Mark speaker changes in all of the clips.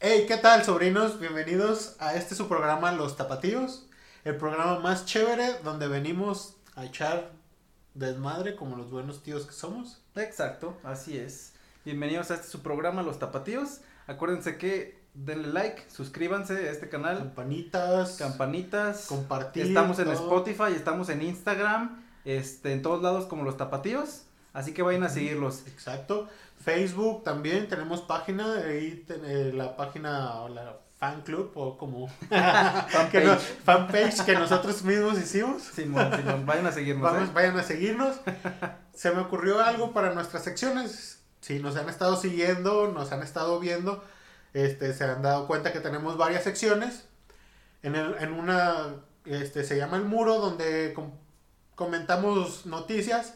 Speaker 1: Hey, ¿qué tal, sobrinos? Bienvenidos a este su programa Los Tapatíos, el programa más chévere donde venimos a echar desmadre como los buenos tíos que somos.
Speaker 2: Exacto, así es. Bienvenidos a este su programa Los Tapatíos. Acuérdense que denle like, suscríbanse a este canal,
Speaker 1: Campanitas,
Speaker 2: campanitas.
Speaker 1: compartir.
Speaker 2: Estamos en
Speaker 1: todo.
Speaker 2: Spotify, estamos en Instagram, este, en todos lados como Los Tapatíos. Así que vayan a seguirlos.
Speaker 1: Exacto. Facebook también tenemos página, ahí ten- eh, la página o la fan club o como que no-
Speaker 2: Fanpage.
Speaker 1: fanpage que nosotros mismos hicimos.
Speaker 2: Simón, Simón, vayan a seguirnos.
Speaker 1: Vamos,
Speaker 2: ¿eh?
Speaker 1: vayan a seguirnos. Se me ocurrió algo para nuestras secciones. Si nos han estado siguiendo, nos han estado viendo, este, se han dado cuenta que tenemos varias secciones. En, el- en una este, se llama El Muro, donde com- comentamos noticias.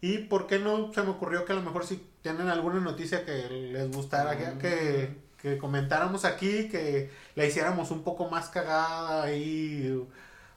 Speaker 1: Y por qué no se me ocurrió que a lo mejor si tienen alguna noticia que les gustara, que-
Speaker 2: Mm.
Speaker 1: que, que comentáramos aquí, que la hiciéramos un poco más cagada ahí,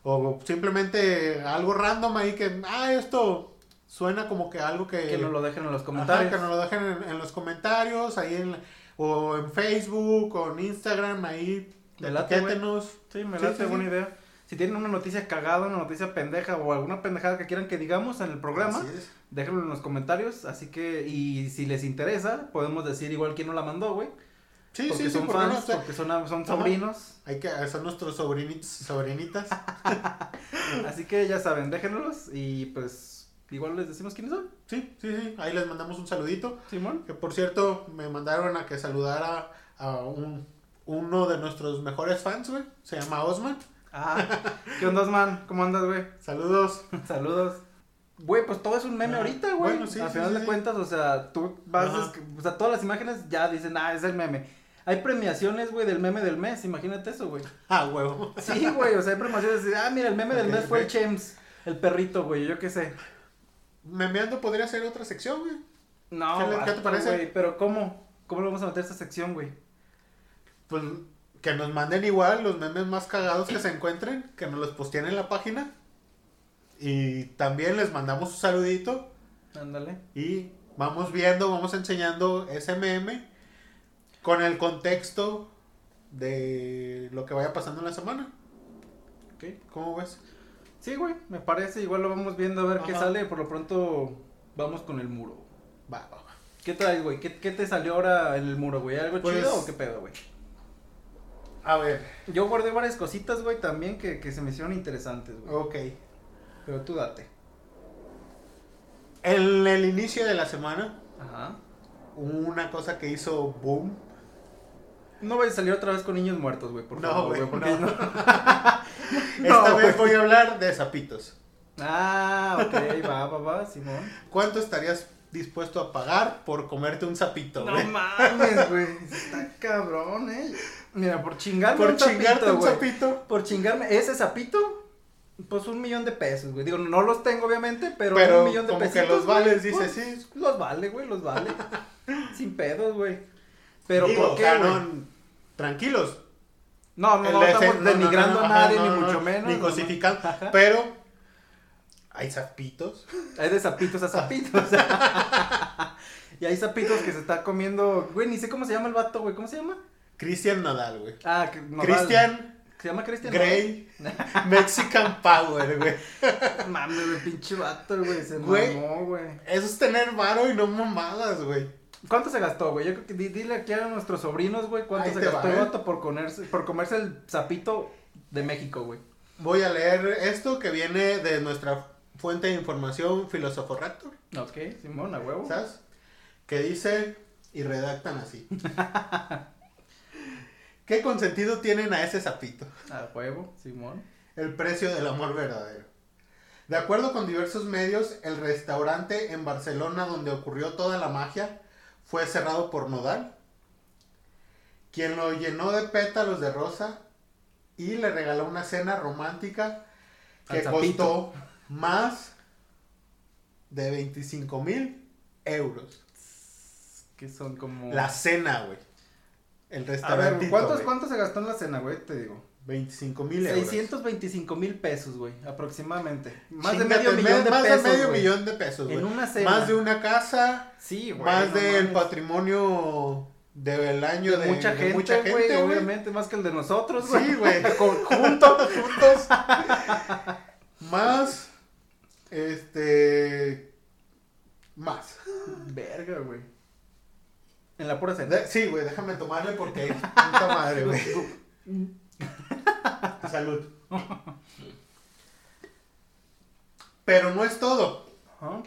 Speaker 1: o simplemente algo random ahí que, ah, esto suena como que algo que...
Speaker 2: Que nos lo dejen en los
Speaker 1: Ajá,
Speaker 2: comentarios.
Speaker 1: que nos lo dejen en, en los comentarios, ahí en, o en Facebook, o en Instagram, ahí,
Speaker 2: Me late, güey.
Speaker 1: etiquétenos.
Speaker 2: Sí, me
Speaker 1: Sí,
Speaker 2: late
Speaker 1: sí, sí.
Speaker 2: buena idea. Si tienen una noticia cagada, una noticia pendeja o alguna pendejada que quieran que digamos en el programa,
Speaker 1: Así es.
Speaker 2: déjenlo en los comentarios. Así que, y si les interesa, podemos decir igual quién nos la mandó, güey.
Speaker 1: Sí,
Speaker 2: porque
Speaker 1: sí, sí,
Speaker 2: son
Speaker 1: ¿por qué no?
Speaker 2: fans,
Speaker 1: O sea,
Speaker 2: porque son, son
Speaker 1: Ajá.
Speaker 2: sobrinos.
Speaker 1: Hay que son nuestros sobrinitos, sobrinitas.
Speaker 2: Así que ya saben, déjenlos y pues igual les decimos quiénes son.
Speaker 1: Sí, sí, sí. Ahí les mandamos un saludito.
Speaker 2: Simón.
Speaker 1: Que por cierto, me mandaron a que saludara a un, uno de nuestros mejores fans, güey. Se llama Osman.
Speaker 2: Ah, ¿qué onda, man? ¿Cómo andas, güey?
Speaker 1: Saludos.
Speaker 2: Saludos. Güey, pues todo es un meme
Speaker 1: Ah,
Speaker 2: ahorita, güey.
Speaker 1: bueno, sí,
Speaker 2: Al
Speaker 1: sí,
Speaker 2: final
Speaker 1: sí,
Speaker 2: de
Speaker 1: sí.
Speaker 2: cuentas, o sea, tú vas,
Speaker 1: Ajá.
Speaker 2: desc- o sea, todas las imágenes ya dicen, ah, es el meme. Hay premiaciones, güey, del meme del mes, imagínate eso, güey.
Speaker 1: Ah, huevo.
Speaker 2: Sí, güey, o sea, hay premiaciones, de, ah, mira, el meme del
Speaker 1: Ok,
Speaker 2: mes fue el
Speaker 1: ok.
Speaker 2: Chems, el perrito, güey, yo qué sé.
Speaker 1: Memeando podría ser otra sección, güey.
Speaker 2: No,
Speaker 1: ¿Qué le- qué te
Speaker 2: vato,
Speaker 1: parece?
Speaker 2: güey, pero ¿cómo? ¿Cómo le vamos a meter a esta sección, güey?
Speaker 1: Pues que nos manden igual los memes más cagados que se encuentren, que nos los posteen en la página. Y también les mandamos un saludito.
Speaker 2: Ándale.
Speaker 1: Y vamos viendo, vamos enseñando ese meme con el contexto de lo que vaya pasando en la semana.
Speaker 2: Ok.
Speaker 1: ¿Cómo ves?
Speaker 2: Sí, güey, me parece, igual lo vamos viendo a ver qué
Speaker 1: Ajá.
Speaker 2: sale, por lo pronto vamos con el muro.
Speaker 1: Va, va, va.
Speaker 2: ¿Qué traes, güey? ¿Qué, qué te salió ahora en el muro, güey? ¿Algo
Speaker 1: Pues-
Speaker 2: chido o qué pedo, güey?
Speaker 1: A ver,
Speaker 2: Yo guardé varias cositas, güey, también que, que se me hicieron interesantes, güey.
Speaker 1: ok.
Speaker 2: Pero tú date.
Speaker 1: En el inicio de la semana,
Speaker 2: Ajá.
Speaker 1: hubo una cosa que hizo boom.
Speaker 2: No voy a salir otra vez con niños muertos, güey, por
Speaker 1: No,
Speaker 2: favor,
Speaker 1: güey,
Speaker 2: güey. porque
Speaker 1: no.
Speaker 2: no-
Speaker 1: Esta
Speaker 2: No,
Speaker 1: vez
Speaker 2: güey.
Speaker 1: voy a hablar de zapitos.
Speaker 2: Ah, ok, va, va, va, Simón.
Speaker 1: ¿Cuánto estarías dispuesto a pagar por comerte un zapito,
Speaker 2: No
Speaker 1: güey?
Speaker 2: mames, güey. Está cabrón, eh. Mira, por chingarme
Speaker 1: por
Speaker 2: un
Speaker 1: chingarte
Speaker 2: zapito,
Speaker 1: un
Speaker 2: güey.
Speaker 1: zapito.
Speaker 2: Por chingarme ese zapito, pues un millón de pesos, güey. Digo, no los tengo, obviamente, pero,
Speaker 1: Pero
Speaker 2: un millón de pues.
Speaker 1: como que
Speaker 2: pesos.
Speaker 1: los vales, dices, sí.
Speaker 2: Los vale, güey, los vale. Sin pedos, güey. Pero
Speaker 1: Digo,
Speaker 2: ¿por qué,
Speaker 1: o sea,
Speaker 2: güey?
Speaker 1: no, tranquilos,
Speaker 2: No, no,
Speaker 1: El
Speaker 2: no,
Speaker 1: de ese-
Speaker 2: estamos
Speaker 1: no, no,
Speaker 2: denigrando
Speaker 1: no, no,
Speaker 2: a nadie,
Speaker 1: ajá, no,
Speaker 2: ni
Speaker 1: no,
Speaker 2: mucho
Speaker 1: no,
Speaker 2: menos.
Speaker 1: Ni
Speaker 2: no, no.
Speaker 1: cosificando.
Speaker 2: Ajá.
Speaker 1: Pero hay zapitos.
Speaker 2: Hay de zapitos a zapitos. y hay zapitos que se está comiendo. Güey, ni sé cómo se llama el vato, güey. ¿Cómo se llama?
Speaker 1: Cristian Nadal, güey.
Speaker 2: Ah, que no vale.
Speaker 1: Cristian
Speaker 2: Se llama Cristian.
Speaker 1: Grey. Mexican Power, güey.
Speaker 2: No, Mames, güey, pinche vato, güey. Se
Speaker 1: Güey.
Speaker 2: mamó, güey.
Speaker 1: Eso es tener varo y no mamadas, güey.
Speaker 2: ¿Cuánto se gastó, güey? Yo creo que di- dile aquí a nuestros sobrinos, güey, cuánto
Speaker 1: Ahí
Speaker 2: se
Speaker 1: te
Speaker 2: gastó
Speaker 1: va,
Speaker 2: el
Speaker 1: ¿eh?
Speaker 2: vato por comerse, por comerse el zapito de México, güey.
Speaker 1: Voy a leer esto que viene de nuestra fuente de información, Filósofo Raptor,
Speaker 2: Ok, Simón, a huevo.
Speaker 1: ¿sabes? Que dice y redactan así. ¿Qué consentido tienen a ese zapito?
Speaker 2: A huevo, Simón.
Speaker 1: El precio del amor verdadero. De acuerdo con diversos medios, el restaurante en Barcelona donde ocurrió toda la magia fue cerrado por Nodal, quien lo llenó de pétalos de rosa y le regaló una cena romántica que
Speaker 2: Al sapito.
Speaker 1: costó más de 25 mil euros.
Speaker 2: Que son como.
Speaker 1: La cena, güey. El
Speaker 2: A ver,
Speaker 1: restaurante.
Speaker 2: ¿cuántos, ¿cuánto se gastó en la cena, güey? Te digo.
Speaker 1: 25 mil euros.
Speaker 2: 625 mil pesos, güey, aproximadamente. Más de
Speaker 1: Chíngate,
Speaker 2: medio millón
Speaker 1: me-
Speaker 2: de
Speaker 1: más
Speaker 2: pesos.
Speaker 1: de medio
Speaker 2: güey.
Speaker 1: millón de pesos, güey.
Speaker 2: En una cena.
Speaker 1: Más de una casa,
Speaker 2: Sí, güey.
Speaker 1: más
Speaker 2: no
Speaker 1: del
Speaker 2: mames.
Speaker 1: patrimonio del año
Speaker 2: de,
Speaker 1: de,
Speaker 2: mucha
Speaker 1: de
Speaker 2: gente,
Speaker 1: mucha gente,
Speaker 2: güey,
Speaker 1: güey.
Speaker 2: obviamente, más que el de nosotros, güey.
Speaker 1: Sí, güey.
Speaker 2: Con- junto.
Speaker 1: juntos. más. Este. Más.
Speaker 2: Verga, güey. En la pura cena.
Speaker 1: De- sí, güey, déjame tomarle porque. Puta madre, güey. Salud. Pero no es todo.
Speaker 2: Ajá.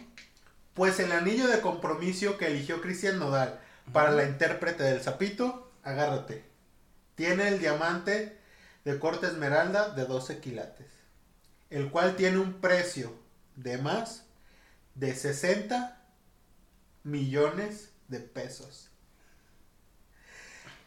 Speaker 1: Pues el anillo de compromiso que eligió Cristian Nodal para la intérprete del Zapito, agárrate. Tiene el diamante de corte esmeralda de 12 quilates, el cual tiene un precio de más de 60 millones de pesos.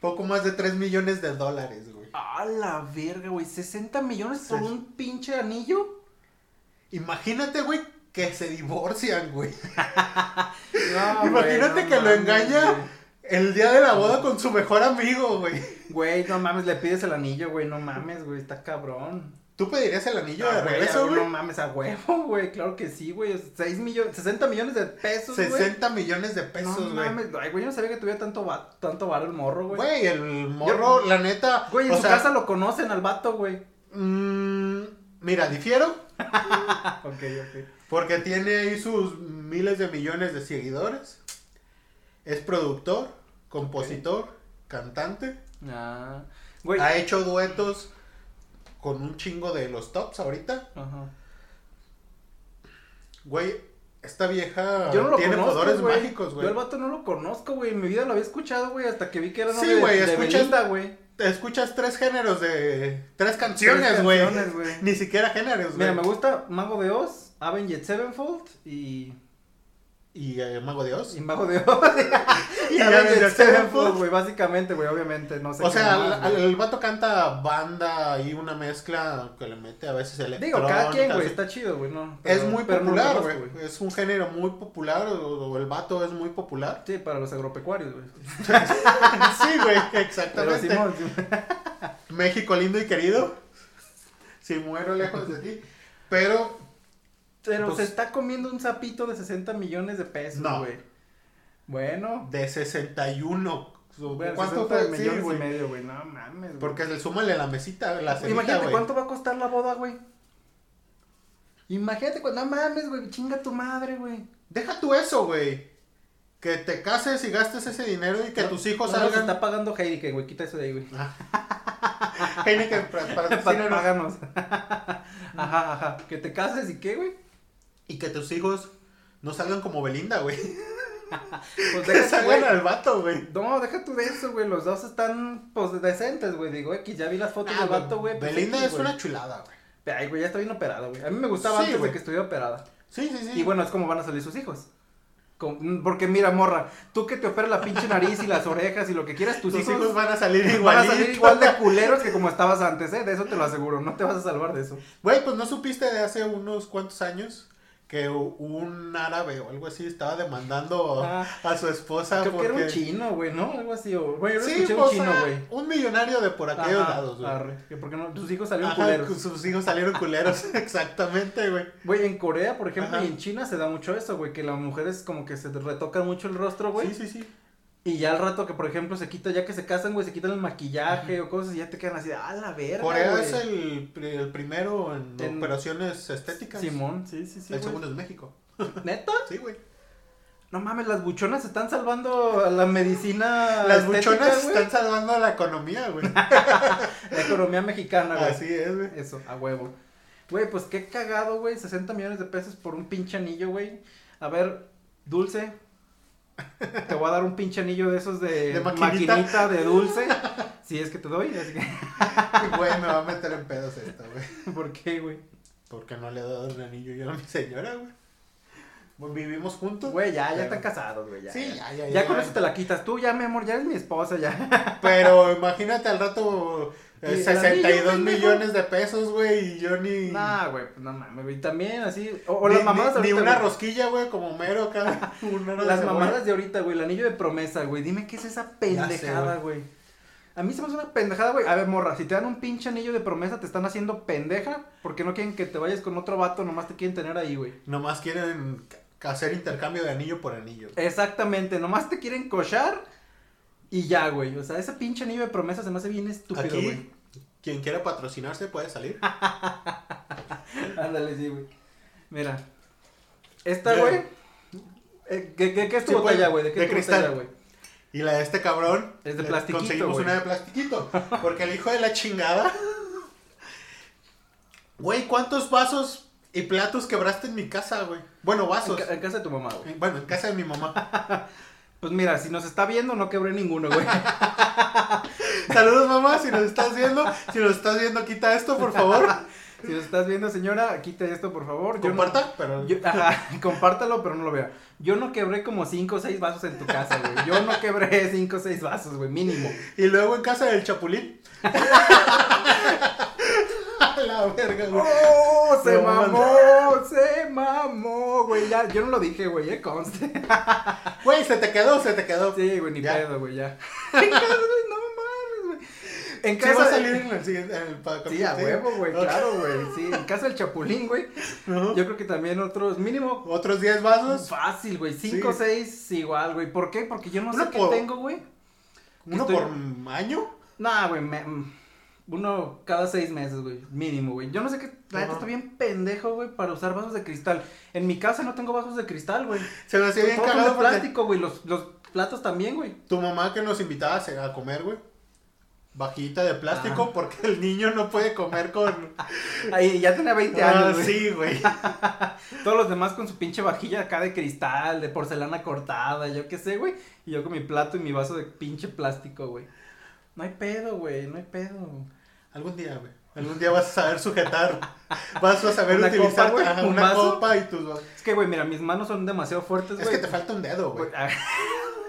Speaker 1: Poco más de 3 millones de dólares, güey.
Speaker 2: A la verga, güey. ¿60 millones por
Speaker 1: Sí.
Speaker 2: un pinche anillo?
Speaker 1: Imagínate, güey, que se divorcian, güey.
Speaker 2: No,
Speaker 1: Imagínate
Speaker 2: güey, no
Speaker 1: que lo
Speaker 2: mames,
Speaker 1: engaña.
Speaker 2: güey.
Speaker 1: El día de la boda con su mejor amigo, güey.
Speaker 2: Güey, no mames, le pides el anillo, güey. No mames, güey. Está cabrón.
Speaker 1: ¿Tú pedirías el anillo
Speaker 2: Ah,
Speaker 1: de
Speaker 2: güey,
Speaker 1: regreso,
Speaker 2: No
Speaker 1: güey?
Speaker 2: mames, a huevo, güey. Claro que sí, güey. 6 millones, 60 millones de pesos, güey.
Speaker 1: 60 millones de pesos,
Speaker 2: no
Speaker 1: güey.
Speaker 2: mames, ay, güey, yo no sabía que tuviera tanto, va- tanto varo el morro, güey.
Speaker 1: Güey, el morro, la neta.
Speaker 2: Güey, en
Speaker 1: o
Speaker 2: su
Speaker 1: sea,
Speaker 2: casa lo conocen al vato, güey.
Speaker 1: mm, mira, difiero.
Speaker 2: Ah, ok, ok.
Speaker 1: Porque tiene ahí sus miles de millones de seguidores. Es productor, compositor, cantante.
Speaker 2: Ah, güey.
Speaker 1: Ha hecho duetos con un chingo de los tops ahorita.
Speaker 2: Ajá.
Speaker 1: Güey, esta vieja
Speaker 2: Yo no lo
Speaker 1: tiene
Speaker 2: conozco,
Speaker 1: poderes
Speaker 2: güey.
Speaker 1: mágicos,
Speaker 2: Yo
Speaker 1: güey.
Speaker 2: al vato no lo conozco, güey. En mi vida lo había escuchado, güey, hasta que vi que era
Speaker 1: Sí,
Speaker 2: novio de-
Speaker 1: güey,
Speaker 2: de,
Speaker 1: escuchas-
Speaker 2: Belinda, güey.
Speaker 1: Te escuchas tres géneros de. Tres canciones,
Speaker 2: Tres
Speaker 1: güey.
Speaker 2: canciones, güey.
Speaker 1: Ni siquiera géneros, pues, güey.
Speaker 2: Mira, me gusta Mago de Oz, Avenged Sevenfold y...
Speaker 1: Y eh, Mago de Oz.
Speaker 2: Y Mago de Oz.
Speaker 1: Y
Speaker 2: y
Speaker 1: Avenged
Speaker 2: Avenged
Speaker 1: Sevenfold.
Speaker 2: Sevenfold, güey, básicamente, güey, obviamente, no sé
Speaker 1: O
Speaker 2: qué
Speaker 1: sea,
Speaker 2: más,
Speaker 1: al-
Speaker 2: güey.
Speaker 1: al- el vato canta banda y una mezcla que le mete a veces
Speaker 2: Digo,
Speaker 1: electrónica.
Speaker 2: cada quien, güey,
Speaker 1: así.
Speaker 2: está chido, güey, no.
Speaker 1: Es
Speaker 2: pero-
Speaker 1: muy
Speaker 2: pero no lo
Speaker 1: popular,
Speaker 2: conozco,
Speaker 1: güey. Es un género muy popular, o, o el vato es muy popular.
Speaker 2: Sí, para los agropecuarios, güey.
Speaker 1: sí, güey,
Speaker 2: Pero
Speaker 1: exactamente.
Speaker 2: Simón, Simón.
Speaker 1: México lindo y querido. Si muero lejos de ti. Pero,
Speaker 2: Pero
Speaker 1: Pues-
Speaker 2: se está comiendo un sapito de 60 millones de pesos,
Speaker 1: No.
Speaker 2: güey. Bueno.
Speaker 1: de 61. su-
Speaker 2: bueno,
Speaker 1: ¿Cuánto
Speaker 2: 60
Speaker 1: fue? Sí,
Speaker 2: millones y
Speaker 1: güey.
Speaker 2: medio, güey. No mames, güey.
Speaker 1: Porque le súmale la mesita, la cenita,
Speaker 2: Imagínate
Speaker 1: güey.
Speaker 2: cuánto va a costar la boda, güey. Imagínate cuánto. No mames, güey. Chinga tu madre, güey.
Speaker 1: Deja tú eso, güey. Que te cases y gastes ese dinero y que
Speaker 2: No-
Speaker 1: tus hijos
Speaker 2: no, Se
Speaker 1: salgan.
Speaker 2: está pagando Heineken, güey. Quita eso de ahí, güey.
Speaker 1: Heineken para, para tus hijos.
Speaker 2: Páganos. ajá, ajá. Que te cases y qué, güey.
Speaker 1: Y que tus hijos no salgan como Belinda, güey.
Speaker 2: Pues
Speaker 1: Que
Speaker 2: deja, güey.
Speaker 1: salgan al vato, güey.
Speaker 2: No, deja tú de eso, güey. Los dos están, pues, decentes, güey. Digo, X, ya vi las fotos
Speaker 1: Ah,
Speaker 2: del vato, güey. pues,
Speaker 1: Belinda
Speaker 2: X,
Speaker 1: es
Speaker 2: güey.
Speaker 1: una chulada, güey.
Speaker 2: Ay, güey, ya está bien operada, güey. A mí me gustaba
Speaker 1: Sí,
Speaker 2: antes
Speaker 1: güey.
Speaker 2: de que estuviera operada.
Speaker 1: Sí, sí, sí.
Speaker 2: Y bueno, es como van a salir sus hijos. Con- porque mira, morra, tú que te operas la pinche nariz y las orejas y lo que quieras, tus,
Speaker 1: tus hijos, van a salir
Speaker 2: van,
Speaker 1: igual.
Speaker 2: a salir igual de culeros que como estabas antes, ¿eh? De eso te lo aseguro, no te vas a salvar de eso.
Speaker 1: Güey, pues no supiste de hace unos cuantos años que u- un árabe o algo así estaba demandando
Speaker 2: Ah.
Speaker 1: a su esposa
Speaker 2: Creo que
Speaker 1: Oh. porque...
Speaker 2: era un chino, güey, ¿no? Algo así, o... Güey, yo no
Speaker 1: Sí,
Speaker 2: escuché
Speaker 1: pues,
Speaker 2: un chino,
Speaker 1: ah,
Speaker 2: güey.
Speaker 1: un millonario de por aquellos
Speaker 2: Ajá,
Speaker 1: lados, güey.
Speaker 2: arre, que porque no, tus hijos salieron
Speaker 1: Ajá, pues.
Speaker 2: culeros.
Speaker 1: sus hijos salieron culeros, exactamente, güey.
Speaker 2: Güey, en Corea, por ejemplo,
Speaker 1: Ajá.
Speaker 2: y en China se da mucho eso, güey, que las mujeres como que se retocan mucho el rostro, Ah, güey.
Speaker 1: Sí, sí, sí.
Speaker 2: Y ya al rato que, por ejemplo, se quita, ya que se casan, güey, se quitan el maquillaje o cosas y ya te quedan así, ah, la verga,
Speaker 1: Corea
Speaker 2: güey".
Speaker 1: es el, pri- el primero en,
Speaker 2: En-
Speaker 1: operaciones estéticas.
Speaker 2: Simón, sí, sí, sí,
Speaker 1: el
Speaker 2: güey.
Speaker 1: segundo es México.
Speaker 2: ¿Neta?
Speaker 1: Sí, güey.
Speaker 2: No mames, las buchonas están salvando a la medicina
Speaker 1: Las
Speaker 2: Ah, estética,
Speaker 1: buchonas
Speaker 2: güey.
Speaker 1: están salvando a la economía, güey.
Speaker 2: La economía mexicana, güey.
Speaker 1: Así es, güey.
Speaker 2: Eso, a huevo. Güey, pues qué cagado, güey, 60 millones de pesos por un pinche anillo, güey. A ver, Dulce, te voy a dar un pinche anillo de esos de,
Speaker 1: De maquinita.
Speaker 2: de Dulce. Si es que te doy, así que,
Speaker 1: Güey, me va a meter en pedos esto, güey.
Speaker 2: ¿por qué, güey?
Speaker 1: Porque no le he dado el anillo yo a mi señora, güey. Bueno, Vivimos juntos.
Speaker 2: Güey, ya, ya
Speaker 1: Pero-
Speaker 2: están casados, güey, ya.
Speaker 1: Sí, ya, ya,
Speaker 2: Ya
Speaker 1: ya.
Speaker 2: con eso te la quitas tú, ya, mi amor, ya eres mi esposa, ya.
Speaker 1: Pero imagínate al rato eh,
Speaker 2: Y el
Speaker 1: 62
Speaker 2: anillo, pendejo.
Speaker 1: millones de pesos, güey, y yo ni...
Speaker 2: nah, güey, pues no mames, güey. También así, o, o
Speaker 1: ni-
Speaker 2: las mamadas
Speaker 1: ni, ni
Speaker 2: ahorita,
Speaker 1: una
Speaker 2: güey.
Speaker 1: rosquilla, güey, como mero acá. una de
Speaker 2: Las
Speaker 1: cebolla.
Speaker 2: mamadas de ahorita, güey, el anillo de promesa, güey. Dime qué es esa pendejada, güey. A mí se me hace una pendejada, güey. A ver, morra, si te dan un pinche anillo de promesa, te están haciendo pendeja porque no quieren que te vayas con otro vato, nomás te quieren tener ahí, güey.
Speaker 1: Nomás quieren ca- hacer intercambio de anillo por anillo.
Speaker 2: Exactamente, nomás te quieren cochar y ya, güey. O sea, ese pinche anillo de promesa se me hace bien estúpido,
Speaker 1: Aquí,
Speaker 2: güey.
Speaker 1: quien quiera patrocinarse puede salir.
Speaker 2: Ándale, sí, güey. Mira. Esta,
Speaker 1: Ya.
Speaker 2: güey. eh, ¿Qué, qué, qué es tu
Speaker 1: Sí, pues,
Speaker 2: botella, güey? ¿De qué
Speaker 1: de
Speaker 2: es tu
Speaker 1: cristal.
Speaker 2: botella, güey?
Speaker 1: Y la de este cabrón.
Speaker 2: Es de
Speaker 1: le
Speaker 2: plastiquito,
Speaker 1: Conseguimos
Speaker 2: güey.
Speaker 1: una de plastiquito. Porque el hijo de la chingada. Güey, ¿cuántos vasos y platos quebraste en mi casa, güey? Bueno,
Speaker 2: En,
Speaker 1: vasos. Eh,
Speaker 2: ca- en casa de tu mamá, güey.
Speaker 1: Bueno, en casa de mi mamá.
Speaker 2: Pues mira, si nos está viendo, no quebré ninguno, güey.
Speaker 1: Saludos, mamá, si nos estás viendo. Si nos estás viendo, quita esto, por favor.
Speaker 2: si nos estás viendo, señora, quite esto, por favor. Yo no-
Speaker 1: Comparta, pero.
Speaker 2: Yo- ajá, compártalo, pero no lo vea. Yo no quebré como 5 o 6 vasos en tu casa, güey. Yo no quebré 5 o 6 vasos, güey, mínimo.
Speaker 1: Y luego en casa del chapulín. A la verga, güey.
Speaker 2: ¡Oh! ¡Se
Speaker 1: No,
Speaker 2: mamó! ¡Se mamó, güey! Ya, yo no lo dije, güey, eh, conste.
Speaker 1: Güey, se te quedó, se te quedó.
Speaker 2: Sí, güey, ni
Speaker 1: Ya.
Speaker 2: pedo, güey, ya. En casa, güey, no mames, güey. En
Speaker 1: Sí, va a
Speaker 2: casa.
Speaker 1: salir en el siguiente. en el pa-
Speaker 2: Sí, a huevo, güey,
Speaker 1: Ok.
Speaker 2: claro, güey. Sí, en casa del Chapulín, güey.
Speaker 1: Ujú.
Speaker 2: Yo creo que también otros, mínimo,
Speaker 1: Otros 10 vasos.
Speaker 2: Fácil, güey. 5 o
Speaker 1: Sí.
Speaker 2: 6 igual, güey. ¿Por qué? Porque yo no
Speaker 1: Uno
Speaker 2: sé qué
Speaker 1: por-
Speaker 2: tengo, güey.
Speaker 1: Uno
Speaker 2: Estoy-
Speaker 1: por año.
Speaker 2: Nah, güey. me- mm, Uno cada 6 meses, güey. Mínimo, güey. Yo no sé qué. La neta
Speaker 1: Ajá.
Speaker 2: estoy bien pendejo, güey, para usar vasos de cristal. En mi casa no tengo vasos de cristal, güey.
Speaker 1: Se me hacía bien
Speaker 2: Todos son Pues de
Speaker 1: cagado porque
Speaker 2: plástico, güey. Los, los platos también, güey.
Speaker 1: tu mamá que nos invitaba a ce- a comer, güey. Vajillita de plástico
Speaker 2: Ah.
Speaker 1: porque el niño no puede comer con.
Speaker 2: Ahí ya tenía 20
Speaker 1: Ah,
Speaker 2: años, güey.
Speaker 1: sí, güey.
Speaker 2: Todos los demás con su pinche vajilla acá de cristal, de porcelana cortada, yo qué sé, güey. Y yo con mi plato y mi vaso de pinche plástico, güey. No hay pedo, güey. No hay pedo.
Speaker 1: Algún día, güey. Algún día vas a saber sujetar. Vas a saber
Speaker 2: Una
Speaker 1: utilizar
Speaker 2: copa, güey,
Speaker 1: ajá,
Speaker 2: un
Speaker 1: una
Speaker 2: vaso.
Speaker 1: copa y tus vasos.
Speaker 2: Es que, güey, mira, mis manos son demasiado fuertes, güey.
Speaker 1: Es que te falta un dedo, güey.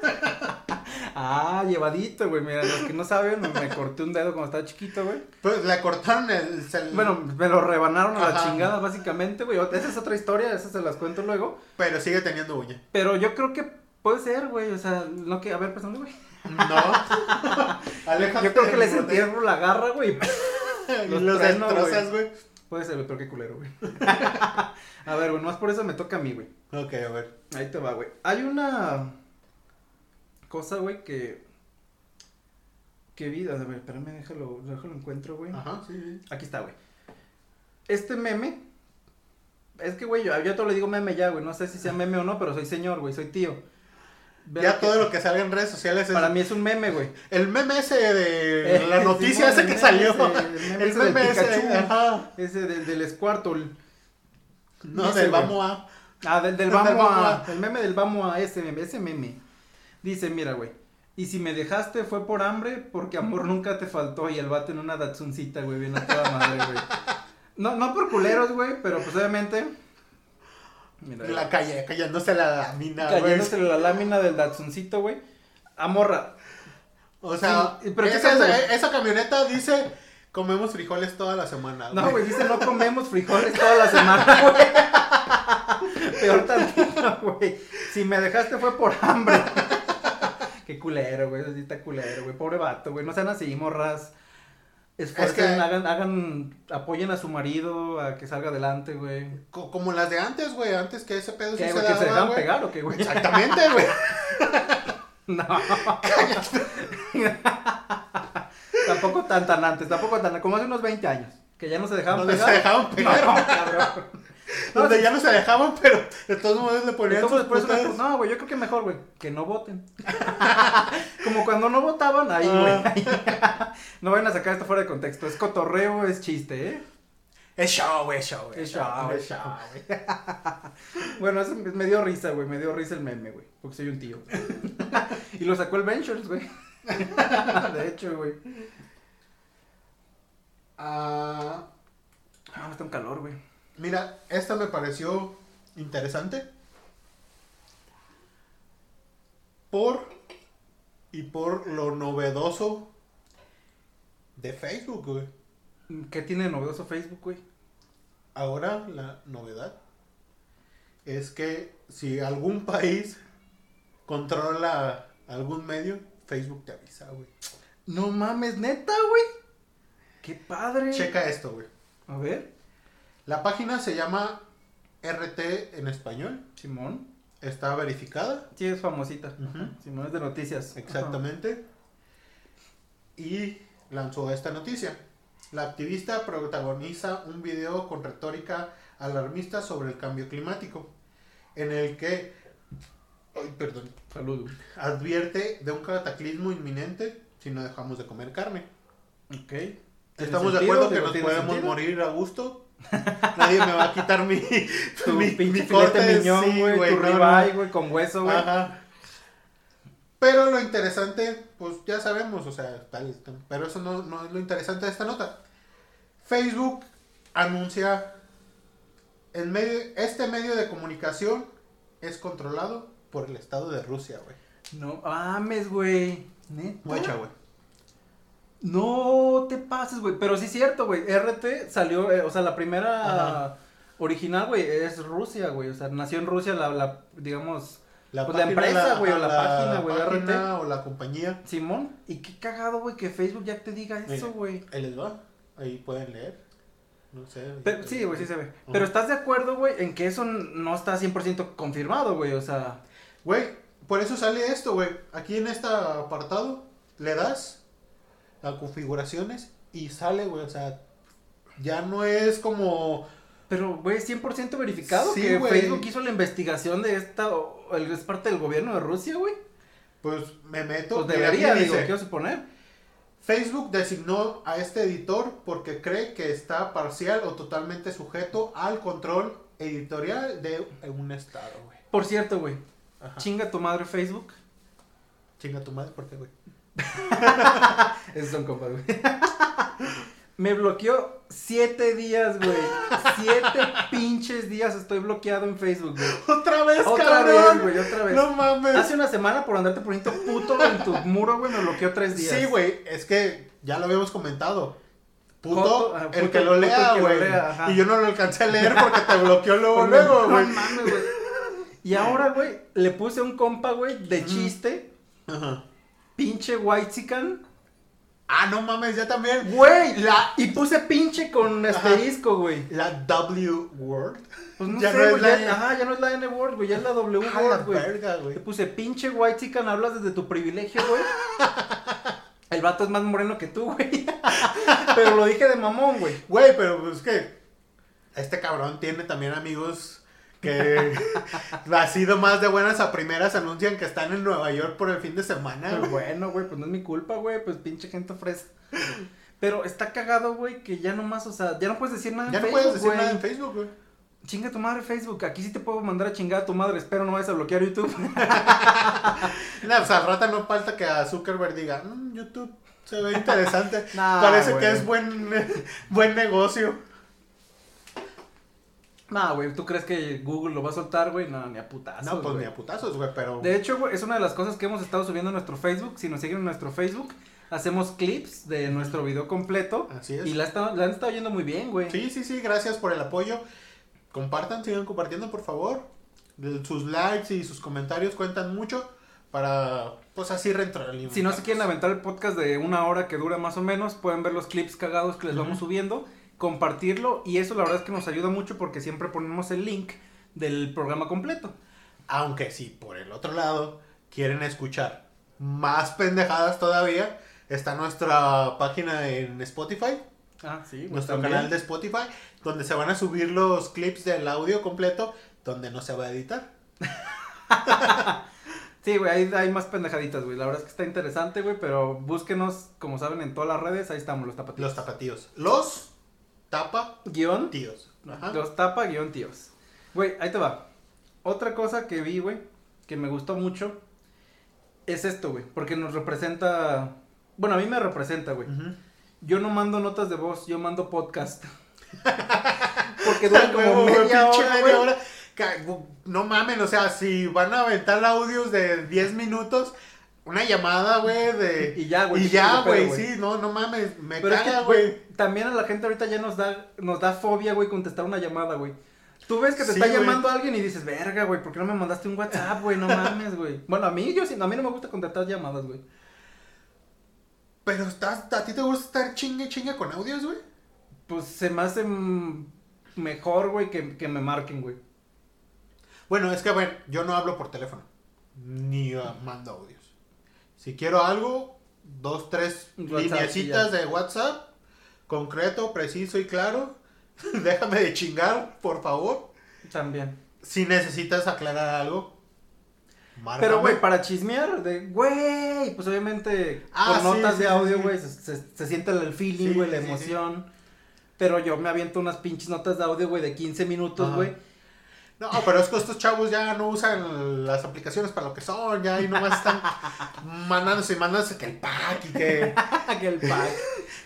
Speaker 2: Ah, llevadito, güey. Mira, los que no saben, me, me corté un dedo cuando estaba chiquito, güey.
Speaker 1: Pues le cortaron el. el-
Speaker 2: Bueno, me lo rebanaron a la
Speaker 1: Ajá.
Speaker 2: chingada, básicamente, güey. Esa es otra historia, esa se las cuento luego.
Speaker 1: Pero sigue teniendo uña.
Speaker 2: Pero yo creo que puede ser, güey. O sea, no que. A ver, pasando, güey.
Speaker 1: No. Aléjate
Speaker 2: Yo creo que
Speaker 1: del
Speaker 2: les
Speaker 1: borde.
Speaker 2: entierro la garra, güey.
Speaker 1: Y
Speaker 2: los
Speaker 1: Los,
Speaker 2: trueno,
Speaker 1: destrozas, güey.
Speaker 2: Puede ser, güey, pero qué culero, güey. A ver, güey, más por eso me toca a mí, güey.
Speaker 1: Ok, a ver.
Speaker 2: Ahí te va, güey. Hay una cosa, güey, que. Que vida. A ver, espérame, déjalo, déjalo encuentro, güey.
Speaker 1: Ajá, sí, sí.
Speaker 2: Aquí está, güey. Este meme. Es que, güey, yo, yo te lo digo meme ya, güey. No sé si sea meme o no, pero soy señor, güey. Soy tío. ¿Verdad
Speaker 1: Ya
Speaker 2: que-
Speaker 1: todo lo que salga en redes sociales es.
Speaker 2: Para mí es un meme, güey.
Speaker 1: El meme ese de la
Speaker 2: Eh,
Speaker 1: noticia
Speaker 2: sí,
Speaker 1: ese
Speaker 2: el
Speaker 1: que
Speaker 2: meme
Speaker 1: salió.
Speaker 2: ese,
Speaker 1: El
Speaker 2: del
Speaker 1: meme
Speaker 2: Pikachu,
Speaker 1: ese. Ajá.
Speaker 2: Ese del, del Squirtle.
Speaker 1: No,
Speaker 2: Ese,
Speaker 1: del
Speaker 2: güey.
Speaker 1: vamos a.
Speaker 2: Ah, del, del
Speaker 1: Del
Speaker 2: vamos
Speaker 1: vamos
Speaker 2: a. El meme del vamos a ese meme. Ese meme. Dice, mira, güey. Y si me dejaste fue por hambre, porque amor nunca te faltó. Y el vato en una datsuncita, güey, bien a toda madre, güey. No, no por culeros, güey, pero pues obviamente. Mira,
Speaker 1: de La calle, callándose la mina, güey.
Speaker 2: cayéndose la lámina del datsuncito, güey. "Ah, Amorra.
Speaker 1: O sea,
Speaker 2: Sí, pero ¿qué
Speaker 1: esa,
Speaker 2: tal,
Speaker 1: esa-
Speaker 2: güey?
Speaker 1: esa camioneta dice: comemos frijoles toda la semana.
Speaker 2: No, güey, dice no comemos frijoles toda la semana, güey. Peor tantito, güey. Si me dejaste fue por hambre. Qué culero, güey. Eso sí está culero, güey. Pobre vato, güey. No sean así, morras. Esfuercen,
Speaker 1: Es que-
Speaker 2: hagan, hagan, apoyen a su marido a que salga adelante, güey.
Speaker 1: Co- Como las de antes, güey. Antes que ese pedo Pues sí se
Speaker 2: ¿Qué, güey? ¿Que
Speaker 1: daba,
Speaker 2: se dejan
Speaker 1: güey.
Speaker 2: pegar o qué, güey?
Speaker 1: Exactamente, güey.
Speaker 2: No. tampoco tan tan antes, tampoco tan como hace unos 20 años, que ya no se dejaban
Speaker 1: Donde
Speaker 2: pegar.
Speaker 1: se dejaban pegar.
Speaker 2: No, cabrón. No,
Speaker 1: Donde
Speaker 2: sí.
Speaker 1: ya no se dejaban, pero de todos modos le ponían
Speaker 2: Entonces,
Speaker 1: sus
Speaker 2: por eso me-
Speaker 1: putas-
Speaker 2: No, güey, yo creo que mejor, güey, que no voten. Como cuando no votaban, ahí, güey.
Speaker 1: Ah.
Speaker 2: ahí. no vayan a sacar esto fuera de contexto. Es cotorreo, es chiste, ¿eh?
Speaker 1: Es show, güey, es show, güey.
Speaker 2: Es show, es show, güey. bueno, eso me dio risa, güey. Me dio risa el meme, güey. Porque soy un tío. y lo sacó el Ventures, güey. de hecho, güey.
Speaker 1: Ah,
Speaker 2: Ah, está un calor, güey.
Speaker 1: mira, esta me pareció interesante. Por y por lo novedoso de Facebook, güey.
Speaker 2: ¿Qué tiene de novedoso Facebook, güey?
Speaker 1: Ahora la novedad es que si algún país controla algún medio, Facebook te avisa, güey.
Speaker 2: No mames, neta, güey. Qué padre.
Speaker 1: Checa esto, güey.
Speaker 2: A ver,
Speaker 1: La página se llama RT en español.
Speaker 2: Simón.
Speaker 1: Está verificada.
Speaker 2: Sí, es famosita.
Speaker 1: Ujú.
Speaker 2: Simón es de noticias.
Speaker 1: Exactamente. Y lanzó esta noticia. La activista protagoniza un video con retórica alarmista sobre el cambio climático, en el que ay, perdón,
Speaker 2: Ajá. Salud. güey.
Speaker 1: advierte de un cataclismo inminente si no dejamos de comer carne.
Speaker 2: Ok. ¿Tiene
Speaker 1: Estamos de
Speaker 2: sentido?
Speaker 1: acuerdo que
Speaker 2: Digo,
Speaker 1: nos
Speaker 2: ¿tiene
Speaker 1: podemos
Speaker 2: sentido?
Speaker 1: morir a gusto. Nadie me va a quitar mi,
Speaker 2: Tu
Speaker 1: mi,
Speaker 2: pinche
Speaker 1: mi
Speaker 2: filete
Speaker 1: corte,
Speaker 2: miñón,
Speaker 1: sí,
Speaker 2: güey, tu
Speaker 1: no, no.
Speaker 2: ribeye, güey, con hueso, güey.
Speaker 1: Ajá. Pero lo interesante, pues ya sabemos, o sea, tal, tal, pero eso no, no es lo interesante de esta nota. Facebook anuncia, el medio, este medio de comunicación es controlado por el Estado de Rusia, güey.
Speaker 2: No mames, güey. Neta.
Speaker 1: Guacha, güey.
Speaker 2: No te pases, güey. Pero sí es cierto, güey. RT salió, eh, o sea, la primera
Speaker 1: Ajá.
Speaker 2: original, güey, es Rusia, güey. O sea, nació en Rusia la, la digamos, Pues la
Speaker 1: página,
Speaker 2: empresa, güey, o la página, güey,
Speaker 1: página O la compañía.
Speaker 2: Simón. Y qué cagado, güey, que Facebook ya te diga eso,
Speaker 1: Mira.
Speaker 2: güey.
Speaker 1: Ahí les va. Ahí pueden leer. No sé.
Speaker 2: Pero- sí, güey, sí se ve. Pero estás de acuerdo, güey, en que eso no está 100% confirmado, güey. O sea,
Speaker 1: Güey, por eso sale esto, güey. Aquí en este apartado le das a configuraciones y sale, güey. O sea, ya no es como...
Speaker 2: pero, güey, 100% verificado
Speaker 1: Sí,
Speaker 2: que
Speaker 1: güey.
Speaker 2: Facebook hizo la investigación de esta, o- el- es parte del gobierno de Rusia, güey.
Speaker 1: Pues me meto.
Speaker 2: Pues
Speaker 1: Mira, aquí
Speaker 2: debería, digo,
Speaker 1: dice,
Speaker 2: quiero suponer.
Speaker 1: Facebook designó a este editor porque cree que está parcial o totalmente sujeto al control editorial de un estado, güey.
Speaker 2: Por cierto, güey,
Speaker 1: Ajá.
Speaker 2: chinga tu madre Facebook.
Speaker 1: Chinga tu madre, ¿por qué, güey?
Speaker 2: Esos son compas, güey. Me bloqueó siete días, güey. Siete pinches días estoy bloqueado en Facebook, güey.
Speaker 1: ¡Otra vez,
Speaker 2: Otra
Speaker 1: cabrón!
Speaker 2: vez, güey, otra vez.
Speaker 1: ¡No mames!
Speaker 2: Hace una semana por andarte poniendo puto en tu muro, güey, me bloqueó tres días.
Speaker 1: Sí, güey, es que ya lo habíamos comentado. Puto,
Speaker 2: Joto, ajá,
Speaker 1: el
Speaker 2: ah, puto,
Speaker 1: que lo
Speaker 2: puto el
Speaker 1: lea,
Speaker 2: que lo lea, ajá.
Speaker 1: güey. Y yo no lo alcancé a leer porque te bloqueó luego,
Speaker 2: Pues,
Speaker 1: luego, güey.
Speaker 2: No mames, güey. Y ahora, güey, le puse a un compa, güey, de chiste,
Speaker 1: Ajá.
Speaker 2: pinche white chican.
Speaker 1: Ah, no mames, ya también.
Speaker 2: Güey, la... y puse pinche con asterisco, güey.
Speaker 1: La W word.
Speaker 2: Pues no
Speaker 1: Ya
Speaker 2: sé,
Speaker 1: no es
Speaker 2: güey,
Speaker 1: la N.
Speaker 2: ya, ajá, ya no es la N word, güey, ya es la W
Speaker 1: Ah, la
Speaker 2: word, güey.
Speaker 1: verga,
Speaker 2: Le
Speaker 1: güey.
Speaker 2: puse pinche white chican, hablas desde tu privilegio, güey. El vato es más moreno que tú, güey. Pero lo dije de mamón, güey.
Speaker 1: Güey, pero pues que este cabrón tiene también amigos que ha sido más de buenas a primeras anuncian que están en Nueva York por el fin de semana.
Speaker 2: Pero
Speaker 1: güey.
Speaker 2: bueno, güey, pues no es mi culpa, güey, pues pinche gente fresa. Pero está cagado, güey, que ya nomás, o sea, ya no puedes decir nada
Speaker 1: Ya no
Speaker 2: en Facebook,
Speaker 1: puedes decir
Speaker 2: güey.
Speaker 1: nada en Facebook, güey.
Speaker 2: Chinga tu madre Facebook, aquí sí te puedo mandar a chingar a tu madre, espero no vayas a bloquear YouTube.
Speaker 1: No, o sea, al rato no falta que a Zuckerberg diga, "Mm, YouTube se ve interesante.
Speaker 2: Nah,
Speaker 1: Parece
Speaker 2: güey.
Speaker 1: que es buen, buen negocio.
Speaker 2: nah, güey, ¿tú crees que Google lo va a soltar, güey? No, ni a putazos,
Speaker 1: No, pues
Speaker 2: güey.
Speaker 1: ni a putazos, güey, pero...
Speaker 2: De hecho, güey, es una de las cosas que hemos estado subiendo a nuestro Facebook. Si nos siguen en nuestro Facebook, hacemos clips de nuestro video completo.
Speaker 1: Así es.
Speaker 2: Y la, está- la han estado yendo muy bien, güey.
Speaker 1: Sí, sí, sí, gracias por el apoyo. Compartan, sigan compartiendo, por favor. Sus likes y sus comentarios cuentan mucho para, pues así retroalimentar.
Speaker 2: Si no se quieren aventar el podcast de una hora que dura más o menos, pueden ver los clips cagados que les
Speaker 1: Ujú.
Speaker 2: vamos subiendo, compartirlo y eso la verdad es que nos ayuda mucho porque siempre ponemos el link del programa completo.
Speaker 1: Aunque si por el otro lado quieren escuchar más pendejadas todavía, está nuestra página en Spotify.
Speaker 2: Ah, sí.
Speaker 1: nuestro canal de Spotify, donde se van a subir los clips del audio completo, donde no se va a editar.
Speaker 2: Sí, güey, ahí hay más pendejaditas, güey. La verdad es que está interesante, güey, pero búsquenos, como saben, en todas las redes, ahí estamos los tapatíos.
Speaker 1: Los tapatíos. Los tapatíos.
Speaker 2: Guión
Speaker 1: Ajá.
Speaker 2: Los tapa guión tíos. Güey, ahí te va. Otra cosa que vi, güey, que me gustó mucho, es esto, güey. Porque nos representa... Bueno, a mí me representa, güey.
Speaker 1: Ujú.
Speaker 2: Yo no mando notas de voz, yo mando podcast. porque dura como
Speaker 1: Huevo, güey,
Speaker 2: media
Speaker 1: pinche
Speaker 2: hora,
Speaker 1: media
Speaker 2: güey.
Speaker 1: hora. Ca- gu- No mamen, o sea, si van a aventar audios de 10 minutos, una llamada, güey, de...
Speaker 2: Y ya, güey.
Speaker 1: Y
Speaker 2: qué
Speaker 1: ya,
Speaker 2: chingo pedo,
Speaker 1: güey, sí, no, no mames, me
Speaker 2: Pero es
Speaker 1: caga,
Speaker 2: que,
Speaker 1: güey.
Speaker 2: güey, también a la gente ahorita ya nos da, nos da fobia, güey, contestar una llamada, güey. Tú ves que te
Speaker 1: Sí,
Speaker 2: está
Speaker 1: güey.
Speaker 2: llamando alguien y dices, verga, güey, ¿por qué no me mandaste un WhatsApp, güey? No mames, güey. Bueno, a mí, yo, sí- a mí no me gusta contestar llamadas, güey.
Speaker 1: Pero estás, ¿a ti te gusta estar chingue chingue con audios, güey?
Speaker 2: Pues se me hace mm, mejor, güey, que, que me marquen, güey.
Speaker 1: Bueno, es que, a ver, yo no hablo por teléfono. Ni ah, mando audios. Si quiero algo, dos, tres
Speaker 2: WhatsApp,
Speaker 1: lineacitas
Speaker 2: sí, ya.
Speaker 1: de WhatsApp, concreto, preciso y claro. Déjame de chingar, por favor.
Speaker 2: También.
Speaker 1: Si necesitas aclarar algo, márcame.
Speaker 2: Pero, güey, para chismear, de, güey, pues obviamente
Speaker 1: Ah,
Speaker 2: con
Speaker 1: sí,
Speaker 2: notas
Speaker 1: sí,
Speaker 2: de
Speaker 1: sí,
Speaker 2: audio,
Speaker 1: sí.
Speaker 2: güey, se, se- se siente el feeling,
Speaker 1: Sí,
Speaker 2: güey, la
Speaker 1: sí, sí, sí.
Speaker 2: emoción. Pero yo me aviento unas pinches notas de audio, güey, de 15 minutos,
Speaker 1: Ajá.
Speaker 2: güey.
Speaker 1: No, pero es que estos chavos ya no usan las aplicaciones para lo que son, ya y nomás están mandándose y mandándose que el pack y que,
Speaker 2: que el pack.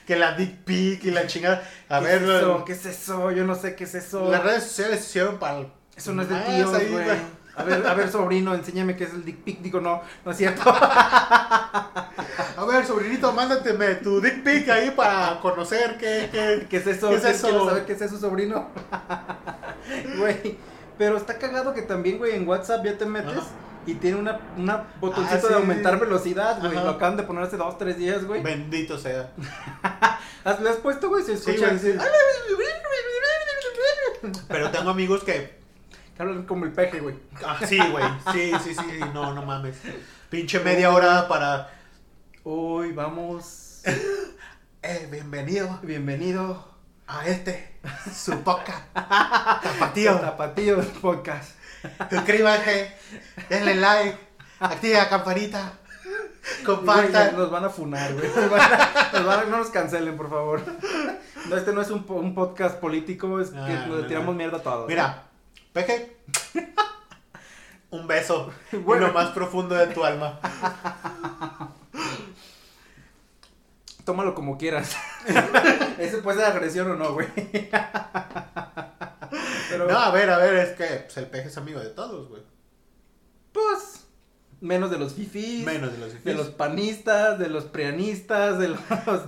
Speaker 1: que la dick pic y la chingada. A
Speaker 2: ¿Qué
Speaker 1: ver,
Speaker 2: es
Speaker 1: lo-
Speaker 2: eso? ¿Qué es eso? Yo no sé qué es eso.
Speaker 1: las redes sociales se hicieron para... el-
Speaker 2: Eso no es de
Speaker 1: Ah,
Speaker 2: tíos,
Speaker 1: ahí,
Speaker 2: güey.
Speaker 1: güey.
Speaker 2: A ver, a ver, sobrino, enséñame qué es el dick pic. Digo, no, no es cierto.
Speaker 1: A ver, sobrinito, mándateme tu dick pic ahí para conocer qué... qué-
Speaker 2: ¿Qué es eso?
Speaker 1: ¿Qué es
Speaker 2: Yo
Speaker 1: eso?
Speaker 2: Quiero saber qué es eso, sobrino. Güey. Pero está cagado que también, güey, en WhatsApp ya te metes
Speaker 1: Ajá.
Speaker 2: y tiene una, una botoncito
Speaker 1: Ah, sí.
Speaker 2: de aumentar velocidad, güey.
Speaker 1: Ajá.
Speaker 2: Lo acaban de poner hace dos, tres días, güey.
Speaker 1: Bendito sea.
Speaker 2: ¿Has- ¿Le has puesto, güey? Se
Speaker 1: Sí,
Speaker 2: escucha.
Speaker 1: güey, sí. Pero tengo amigos que...
Speaker 2: Que hablan como el peje, güey.
Speaker 1: ah, sí, güey. Sí, sí, sí. No, no mames. Pinche media hora para...
Speaker 2: Uy, vamos.
Speaker 1: Eh, bienvenido
Speaker 2: Bienvenido.
Speaker 1: a este, su poca. Tapatío.
Speaker 2: Tapatío Podcast.
Speaker 1: Suscríbanse, denle like, active la campanita,
Speaker 2: Güey,
Speaker 1: compartan.
Speaker 2: nos van a funar, güey. Nos van a- nos van a- no nos cancelen, por favor. No, este no es un, po- un podcast político, es que
Speaker 1: Ah,
Speaker 2: nos le
Speaker 1: no,
Speaker 2: tiramos
Speaker 1: no.
Speaker 2: mierda a todos.
Speaker 1: Mira, peje, un beso en
Speaker 2: Bueno.
Speaker 1: lo más profundo de tu alma.
Speaker 2: Tómalo como quieras. Ese puede ser agresión o no, güey. Pero,
Speaker 1: No, a ver, a ver, es que pues, el peje es amigo de todos, güey.
Speaker 2: pues, menos de los fifís,
Speaker 1: Menos de los
Speaker 2: de
Speaker 1: fifís.
Speaker 2: los panistas, de los prianistas, de los,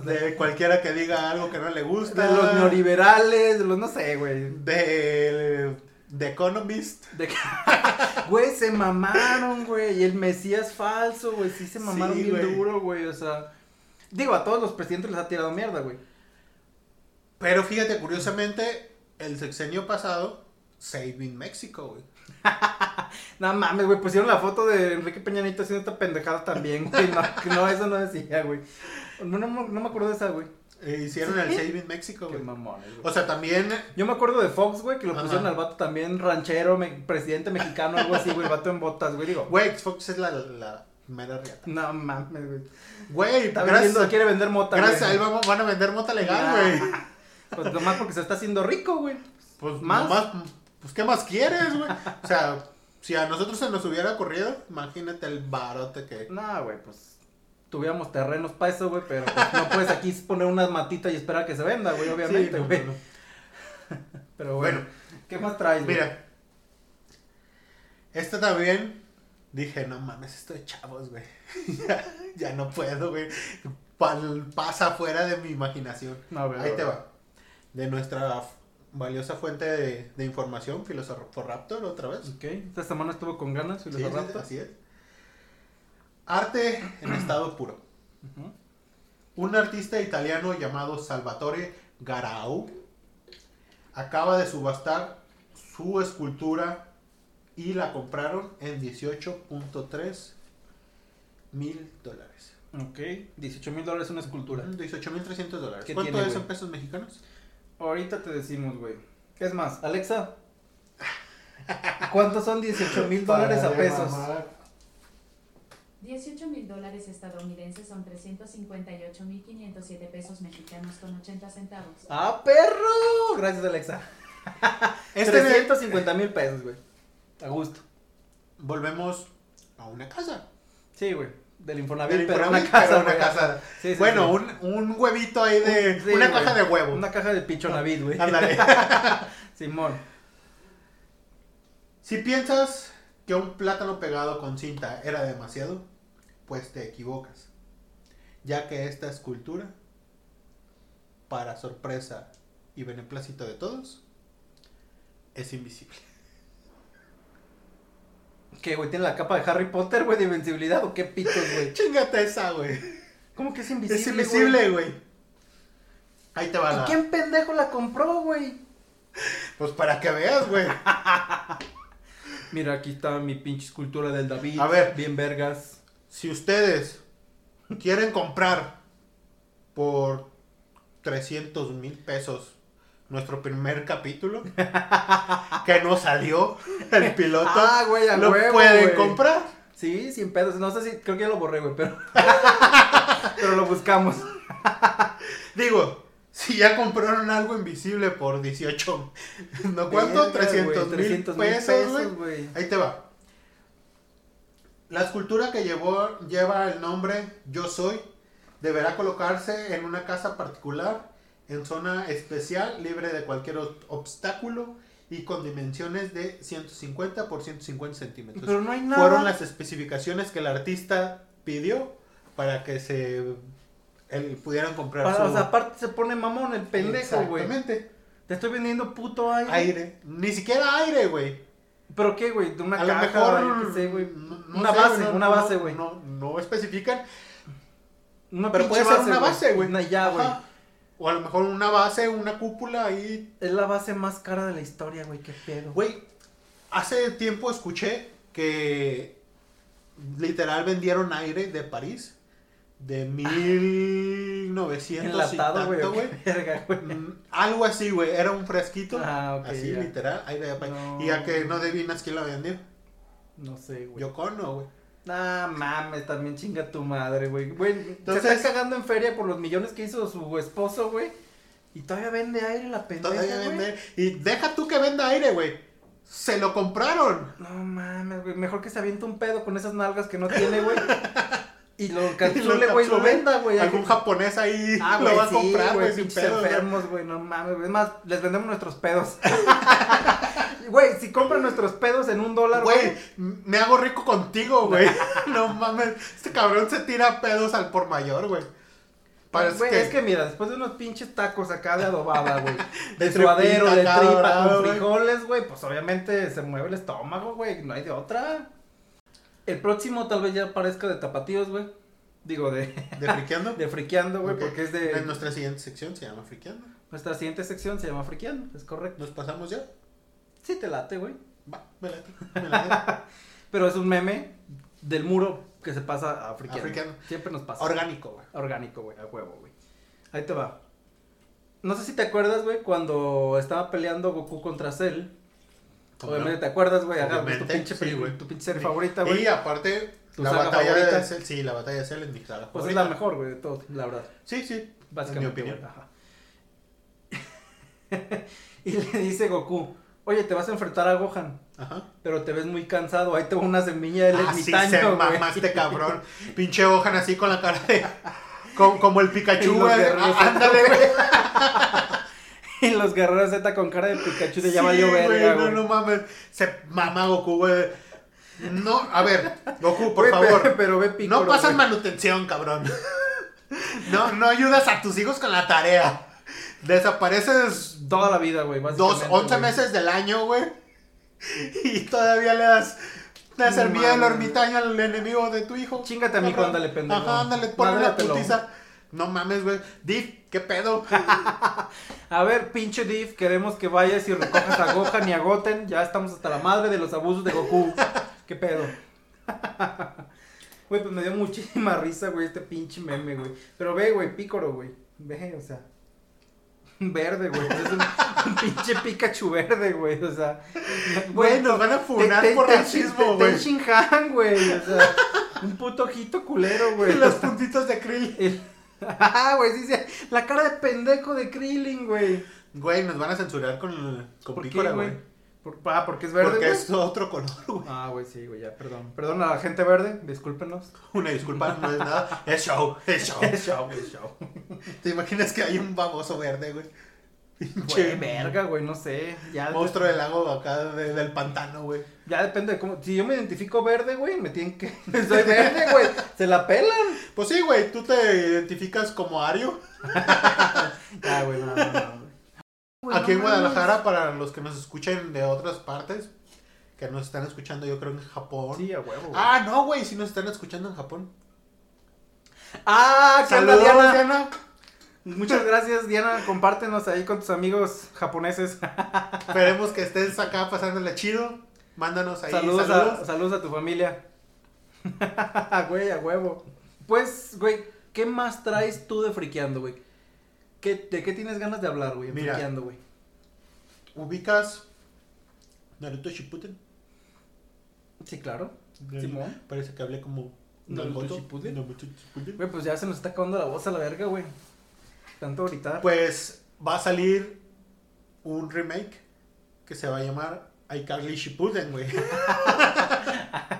Speaker 2: de,
Speaker 1: De cualquiera que diga algo que no le gusta.
Speaker 2: de los neoliberales, de los, no sé, güey.
Speaker 1: Del The Economist.
Speaker 2: De que- Güey, se mamaron, güey. Y el Mesías falso, güey. Sí se mamaron
Speaker 1: Sí,
Speaker 2: bien
Speaker 1: güey.
Speaker 2: duro, güey. O sea. Digo, a todos los presidentes les ha tirado mierda, güey.
Speaker 1: Pero fíjate, curiosamente, el sexenio pasado, Saving Mexico, güey.
Speaker 2: No mames, güey. Pusieron la foto de Enrique Peña Nieto haciendo esta pendejada también, güey. No, que no, eso no decía, güey. No, no, me- no me acuerdo de esa, güey.
Speaker 1: Eh, Hicieron el Saving Mexico,
Speaker 2: Qué
Speaker 1: güey.
Speaker 2: mamones, güey.
Speaker 1: O sea, también
Speaker 2: Yo me acuerdo de Fox, güey, que lo
Speaker 1: Ajá.
Speaker 2: pusieron al vato también ranchero, me- presidente mexicano, algo así, güey. Vato en botas, güey. Digo,
Speaker 1: Güey, Xbox es la, la mera riata.
Speaker 2: no mames, güey.
Speaker 1: Güey,
Speaker 2: Está
Speaker 1: gracias,
Speaker 2: vendiendo, quiere vender mota,
Speaker 1: gracias a
Speaker 2: güey.
Speaker 1: él vamos- van a vender mota legal,
Speaker 2: Ah.
Speaker 1: güey.
Speaker 2: Pues nomás porque se está haciendo rico, güey.
Speaker 1: Pues
Speaker 2: ¿Más?
Speaker 1: más. pues ¿qué más quieres, güey? O sea, si a nosotros se nos hubiera ocurrido, imagínate el barote que...
Speaker 2: No, güey, pues tuviéramos terrenos para eso, güey, pero pues, no puedes aquí poner unas matitas y esperar a que se venda, güey, obviamente,
Speaker 1: Sí, no,
Speaker 2: güey.
Speaker 1: no, no.
Speaker 2: Pero bueno,
Speaker 1: Bueno.
Speaker 2: ¿qué más traes, güey?
Speaker 1: Mira. Esta también. Dije, no mames, estoy chavos, güey. ya, ya no puedo, güey. Pal- pasa fuera de mi imaginación.
Speaker 2: No, a ver,
Speaker 1: Ahí
Speaker 2: a
Speaker 1: te
Speaker 2: ver.
Speaker 1: va. De nuestra f- valiosa fuente de, de información, Filosoraptor, otra vez.
Speaker 2: Ok, esta semana estuvo con ganas
Speaker 1: Sí,
Speaker 2: y los
Speaker 1: sí,
Speaker 2: rapto.
Speaker 1: así es. Arte en estado puro.
Speaker 2: Ujú.
Speaker 1: Un artista italiano llamado Salvatore Garau acaba de subastar su escultura y la compraron en 18.3 mil dólares.
Speaker 2: Ok, 18 mil dólares una escultura.
Speaker 1: 18.300 dólares.
Speaker 2: ¿Qué
Speaker 1: ¿Cuánto
Speaker 2: tiene,
Speaker 1: es
Speaker 2: güey?
Speaker 1: en pesos mexicanos?
Speaker 2: Ahorita te decimos, güey. ¿Qué es más? Alexa, ¿cuántos son 18 mil dólares
Speaker 1: Para
Speaker 2: a
Speaker 1: de
Speaker 2: pesos?
Speaker 1: mamar.
Speaker 3: 18 mil dólares estadounidenses son 358 mil 507 pesos mexicanos con 80 centavos.
Speaker 2: ¡Ah, perro! Gracias, Alexa.
Speaker 1: Este de-
Speaker 2: 350 mil pesos, güey. A gusto.
Speaker 1: volvemos a una casa.
Speaker 2: Sí, güey. Del Infonavit,
Speaker 1: Del
Speaker 2: pero una
Speaker 1: Infonavit,
Speaker 2: casa,
Speaker 1: pero una
Speaker 2: güey.
Speaker 1: casa.
Speaker 2: Sí, sí,
Speaker 1: bueno,
Speaker 2: sí.
Speaker 1: Un, un huevito ahí de.
Speaker 2: Sí,
Speaker 1: una
Speaker 2: güey.
Speaker 1: caja de Ah. huevo.
Speaker 2: Una caja de pichonavit, güey.
Speaker 1: Ándale.
Speaker 2: Simón.
Speaker 1: Si piensas que un plátano pegado con cinta era demasiado, pues te equivocas. Ya que esta escultura, para sorpresa y beneplácito de todos, es invisible.
Speaker 2: ¿Qué, güey? ¿Tiene la capa de Harry Potter, güey, de invencibilidad o qué pitos, güey?
Speaker 1: Chingate esa, güey.
Speaker 2: ¿Cómo que es invisible?
Speaker 1: Es invisible, güey. Ahí te va
Speaker 2: güey? ¿Y
Speaker 1: la.
Speaker 2: quién pendejo la compró, güey?
Speaker 1: Pues para que veas, güey.
Speaker 2: Mira, aquí está mi pinche escultura del David.
Speaker 1: A ver.
Speaker 2: Bien vergas.
Speaker 1: Si ustedes quieren comprar por 300 mil pesos nuestro primer capítulo, que no salió el piloto,
Speaker 2: Ah, güey, a
Speaker 1: lo
Speaker 2: huevo,
Speaker 1: pueden
Speaker 2: güey.
Speaker 1: comprar.
Speaker 2: Sí, sin pedos. No sé si. Creo que ya lo borré, güey, pero. pero lo buscamos.
Speaker 1: Digo, si ya compraron algo invisible por 18, ¿no cuánto?
Speaker 2: Verga, güey,
Speaker 1: 300 mil
Speaker 2: 300,000
Speaker 1: pesos, güey.
Speaker 2: güey.
Speaker 1: Ahí te va. La escultura que llevó, lleva el nombre Yo Soy deberá colocarse en una casa particular, en zona especial, libre de cualquier ob- obstáculo y con dimensiones de 150 por 150 centímetros.
Speaker 2: Pero no hay nada. Ah,
Speaker 1: Fueron las especificaciones que el artista pidió para que se el- pudieran comprar
Speaker 2: Para-
Speaker 1: su-
Speaker 2: o sea, aparte se pone mamón el pendejo, güey.
Speaker 1: Exactamente.
Speaker 2: Te estoy vendiendo puto aire.
Speaker 1: Aire. Ni siquiera aire, güey.
Speaker 2: ¿Pero qué, güey? De una
Speaker 1: a lo
Speaker 2: caja, yo
Speaker 1: mejor
Speaker 2: qué sé, güey.
Speaker 1: no- no
Speaker 2: Una
Speaker 1: sé,
Speaker 2: base,
Speaker 1: no-
Speaker 2: una
Speaker 1: no-
Speaker 2: base, güey.
Speaker 1: No, no especifican.
Speaker 2: Una
Speaker 1: Pero
Speaker 2: pinche
Speaker 1: puede ser una base, güey.
Speaker 2: Una ya, güey.
Speaker 1: Ajá. O a lo mejor una base, una cúpula ahí.
Speaker 2: Es la base más cara de la historia, güey. Qué pedo.
Speaker 1: Güey, hace tiempo escuché que literal vendieron aire de París de 1900 y
Speaker 2: Enlatado, güey.
Speaker 1: tanto,
Speaker 2: o
Speaker 1: Ah.
Speaker 2: qué
Speaker 1: güey.
Speaker 2: Verga, güey.
Speaker 1: Mm, Algo así, güey. Era un fresquito.
Speaker 2: Ah, ok,
Speaker 1: así,
Speaker 2: ya.
Speaker 1: literal. Aire de París.
Speaker 2: No.
Speaker 1: Y a que no adivinas quién la vendió.
Speaker 2: No sé, güey.
Speaker 1: Yo cono, güey.
Speaker 2: Nah, mames, también chinga tu madre, güey. Güey, se
Speaker 1: Entonces-
Speaker 2: está cagando en feria por los millones que hizo su esposo, güey. Y todavía vende aire la pendeja,
Speaker 1: Todavía
Speaker 2: güey.
Speaker 1: vende. Y deja tú que venda aire, güey. Se lo compraron.
Speaker 2: No mames, güey. Mejor que se aviente un pedo con esas nalgas que no tiene, güey. y lo encapsule, güey, lo
Speaker 1: encapsule.
Speaker 2: venda, güey.
Speaker 1: Algún japonés ahí
Speaker 2: Ah,
Speaker 1: lo
Speaker 2: güey,
Speaker 1: va a
Speaker 2: sí,
Speaker 1: comprar, güey, sin
Speaker 2: pinches
Speaker 1: pedo. güey.
Speaker 2: enfermos, güey, no mames, güey. Es más, les vendemos nuestros pedos. Güey, si compran nuestros pedos en un dólar,
Speaker 1: Güey,
Speaker 2: güey.
Speaker 1: me hago rico contigo, güey. no mames. Este cabrón se tira pedos al por mayor, güey. Parece
Speaker 2: güey,
Speaker 1: que,
Speaker 2: Es que mira, después de unos pinches tacos acá de adobada, güey.
Speaker 1: De
Speaker 2: De suadero, de
Speaker 1: tripita acá
Speaker 2: tripa
Speaker 1: dorado,
Speaker 2: con
Speaker 1: güey.
Speaker 2: frijoles, güey. Pues obviamente se mueve el estómago, güey. No hay de otra. El próximo tal vez ya parezca de tapatíos, güey. Digo, de,
Speaker 1: de friqueando.
Speaker 2: de friqueando, güey,
Speaker 1: Ok.
Speaker 2: porque es de.
Speaker 1: En nuestra siguiente sección se llama friqueando.
Speaker 2: Nuestra siguiente sección se llama friqueando, es correcto.
Speaker 1: ¿Nos pasamos ya?
Speaker 2: Sí, te late, güey.
Speaker 1: Va, me late, me late.
Speaker 2: Pero es un meme del muro que se pasa a friqueando.
Speaker 1: Africano.
Speaker 2: Siempre nos pasa.
Speaker 1: Orgánico, güey.
Speaker 2: Orgánico, güey, a huevo, güey. Ahí te va. No sé si te acuerdas, güey, cuando estaba peleando Goku contra Cell.
Speaker 1: ¿Cómo
Speaker 2: Obviamente
Speaker 1: no?
Speaker 2: te acuerdas, güey. Acá, pues, tu
Speaker 1: Obviamente,
Speaker 2: pinche,
Speaker 1: sí,
Speaker 2: peli-
Speaker 1: güey.
Speaker 2: tu pinche serie favorita, güey.
Speaker 1: Y aparte,
Speaker 2: ¿Tu
Speaker 1: la
Speaker 2: saga
Speaker 1: batalla
Speaker 2: favorita?
Speaker 1: de Cell, sí, la batalla de Cell es mi saga
Speaker 2: Pues es
Speaker 1: favorita.
Speaker 2: la mejor, güey, de todo, la verdad.
Speaker 1: Sí, sí,
Speaker 2: Básicamente.
Speaker 1: En mi opinión.
Speaker 2: güey, ajá. y le dice Goku, oye, te vas a enfrentar a Gohan,
Speaker 1: ajá.
Speaker 2: pero te ves muy cansado. Ahí tengo una semilla del
Speaker 1: Ah, sí, se
Speaker 2: ermitaño, güey.
Speaker 1: mamá este cabrón. Pinche Gohan así con la cara de. Como, como el Pikachu,
Speaker 2: Y los
Speaker 1: güey.
Speaker 2: guerreros
Speaker 1: Ah, Ándale, güey.
Speaker 2: Y los guerreros Z con cara de Pikachu te
Speaker 1: Sí,
Speaker 2: llama yo
Speaker 1: güey,
Speaker 2: verga,
Speaker 1: No,
Speaker 2: güey.
Speaker 1: no mames. Se mama Goku, güey. No, a ver, Goku, por
Speaker 2: Güey,
Speaker 1: favor.
Speaker 2: Pero, pero ve Piccolo,
Speaker 1: no pasas
Speaker 2: güey.
Speaker 1: manutención, cabrón. No, no ayudas a tus hijos con la tarea. Desapareces
Speaker 2: Toda la vida, güey,
Speaker 1: dos,
Speaker 2: básicamente,
Speaker 1: once
Speaker 2: güey.
Speaker 1: meses del año, güey. Y todavía le das una
Speaker 2: No
Speaker 1: servilla del
Speaker 2: mames.
Speaker 1: ermitaño al enemigo de tu hijo.
Speaker 2: Chíngate a mi hijo,
Speaker 1: Cabrón.
Speaker 2: ándale, pendejo.
Speaker 1: Ajá, ándale, ponle la
Speaker 2: Mádratelo.
Speaker 1: putiza. No mames, güey. Div, ¿qué pedo?
Speaker 2: A ver, pinche Div, queremos que vayas y recojas a Gohan y a Goten. Ya estamos hasta la madre de los abusos de Goku. ¿Qué pedo? Güey, pues me dio muchísima risa, güey, este pinche meme, güey. Pero ve, güey, pícoro, güey. Ve, o sea. Verde, güey. Es un, un pinche Pikachu verde, güey. O sea.
Speaker 1: Güey, nos van a funar por racismo, güey.
Speaker 2: Ten Han, güey. O sea, un puto ojito culero, güey.
Speaker 1: Los puntitos de krill.
Speaker 2: El- Ah, güey, sí, sí. La cara de pendejo de Krillin, güey.
Speaker 1: Güey, nos van a censurar con, con pícora, güey.
Speaker 2: Por- ah, porque es verde.
Speaker 1: Porque
Speaker 2: güey.
Speaker 1: es otro color, güey.
Speaker 2: Ah, güey, sí, güey, ya, perdón. Perdón a la gente verde, discúlpenos.
Speaker 1: Una disculpa, no es nada. Es show, es show.
Speaker 2: show, güey, show.
Speaker 1: ¿Te imaginas que hay un baboso verde, güey? Pinche
Speaker 2: Güey, verga, güey, no sé. Ya,
Speaker 1: Monstruo del lago acá, de- del pantano, güey.
Speaker 2: Ya depende de cómo. Si yo me identifico verde, güey, me tienen que. Soy verde, güey. Se la pelan.
Speaker 1: Pues sí, güey, tú te identificas como Ario.
Speaker 2: Ya, Ah, güey, no, no, no, güey. Güey,
Speaker 1: Aquí en
Speaker 2: no mames.
Speaker 1: Guadalajara, para los que nos escuchen de otras partes, que nos están escuchando, yo creo en Japón.
Speaker 2: Sí, a huevo. güey.
Speaker 1: Ah, no, güey, si nos están escuchando en Japón.
Speaker 2: ¡Ah! ¿Qué onda,
Speaker 1: Saludos,
Speaker 2: Diana?
Speaker 1: Diana.
Speaker 2: Muchas gracias, Diana. Compártenos ahí con tus amigos japoneses.
Speaker 1: Esperemos que estés acá pasándola chido. Mándanos ahí
Speaker 2: saludos,
Speaker 1: saludos.
Speaker 2: A, saludos a tu familia. güey, a huevo. Pues, güey, ¿qué más traes tú de friqueando, güey? ¿Qué, ¿De qué tienes ganas de hablar, güey? en
Speaker 1: Mira.
Speaker 2: Friqueando, güey.
Speaker 1: ¿Ubicas Naruto Shippuden?
Speaker 2: Sí, claro.
Speaker 1: Del-
Speaker 2: Simón.
Speaker 1: Parece que hablé como
Speaker 2: Naruto
Speaker 1: Naruto.
Speaker 2: Shippuden.
Speaker 1: Naruto Shippuden.
Speaker 2: Güey, pues ya se nos está acabando la voz a la verga, güey. Tanto ahorita.
Speaker 1: Pues va a salir un remake que se va a llamar iCarly Shippuden, güey.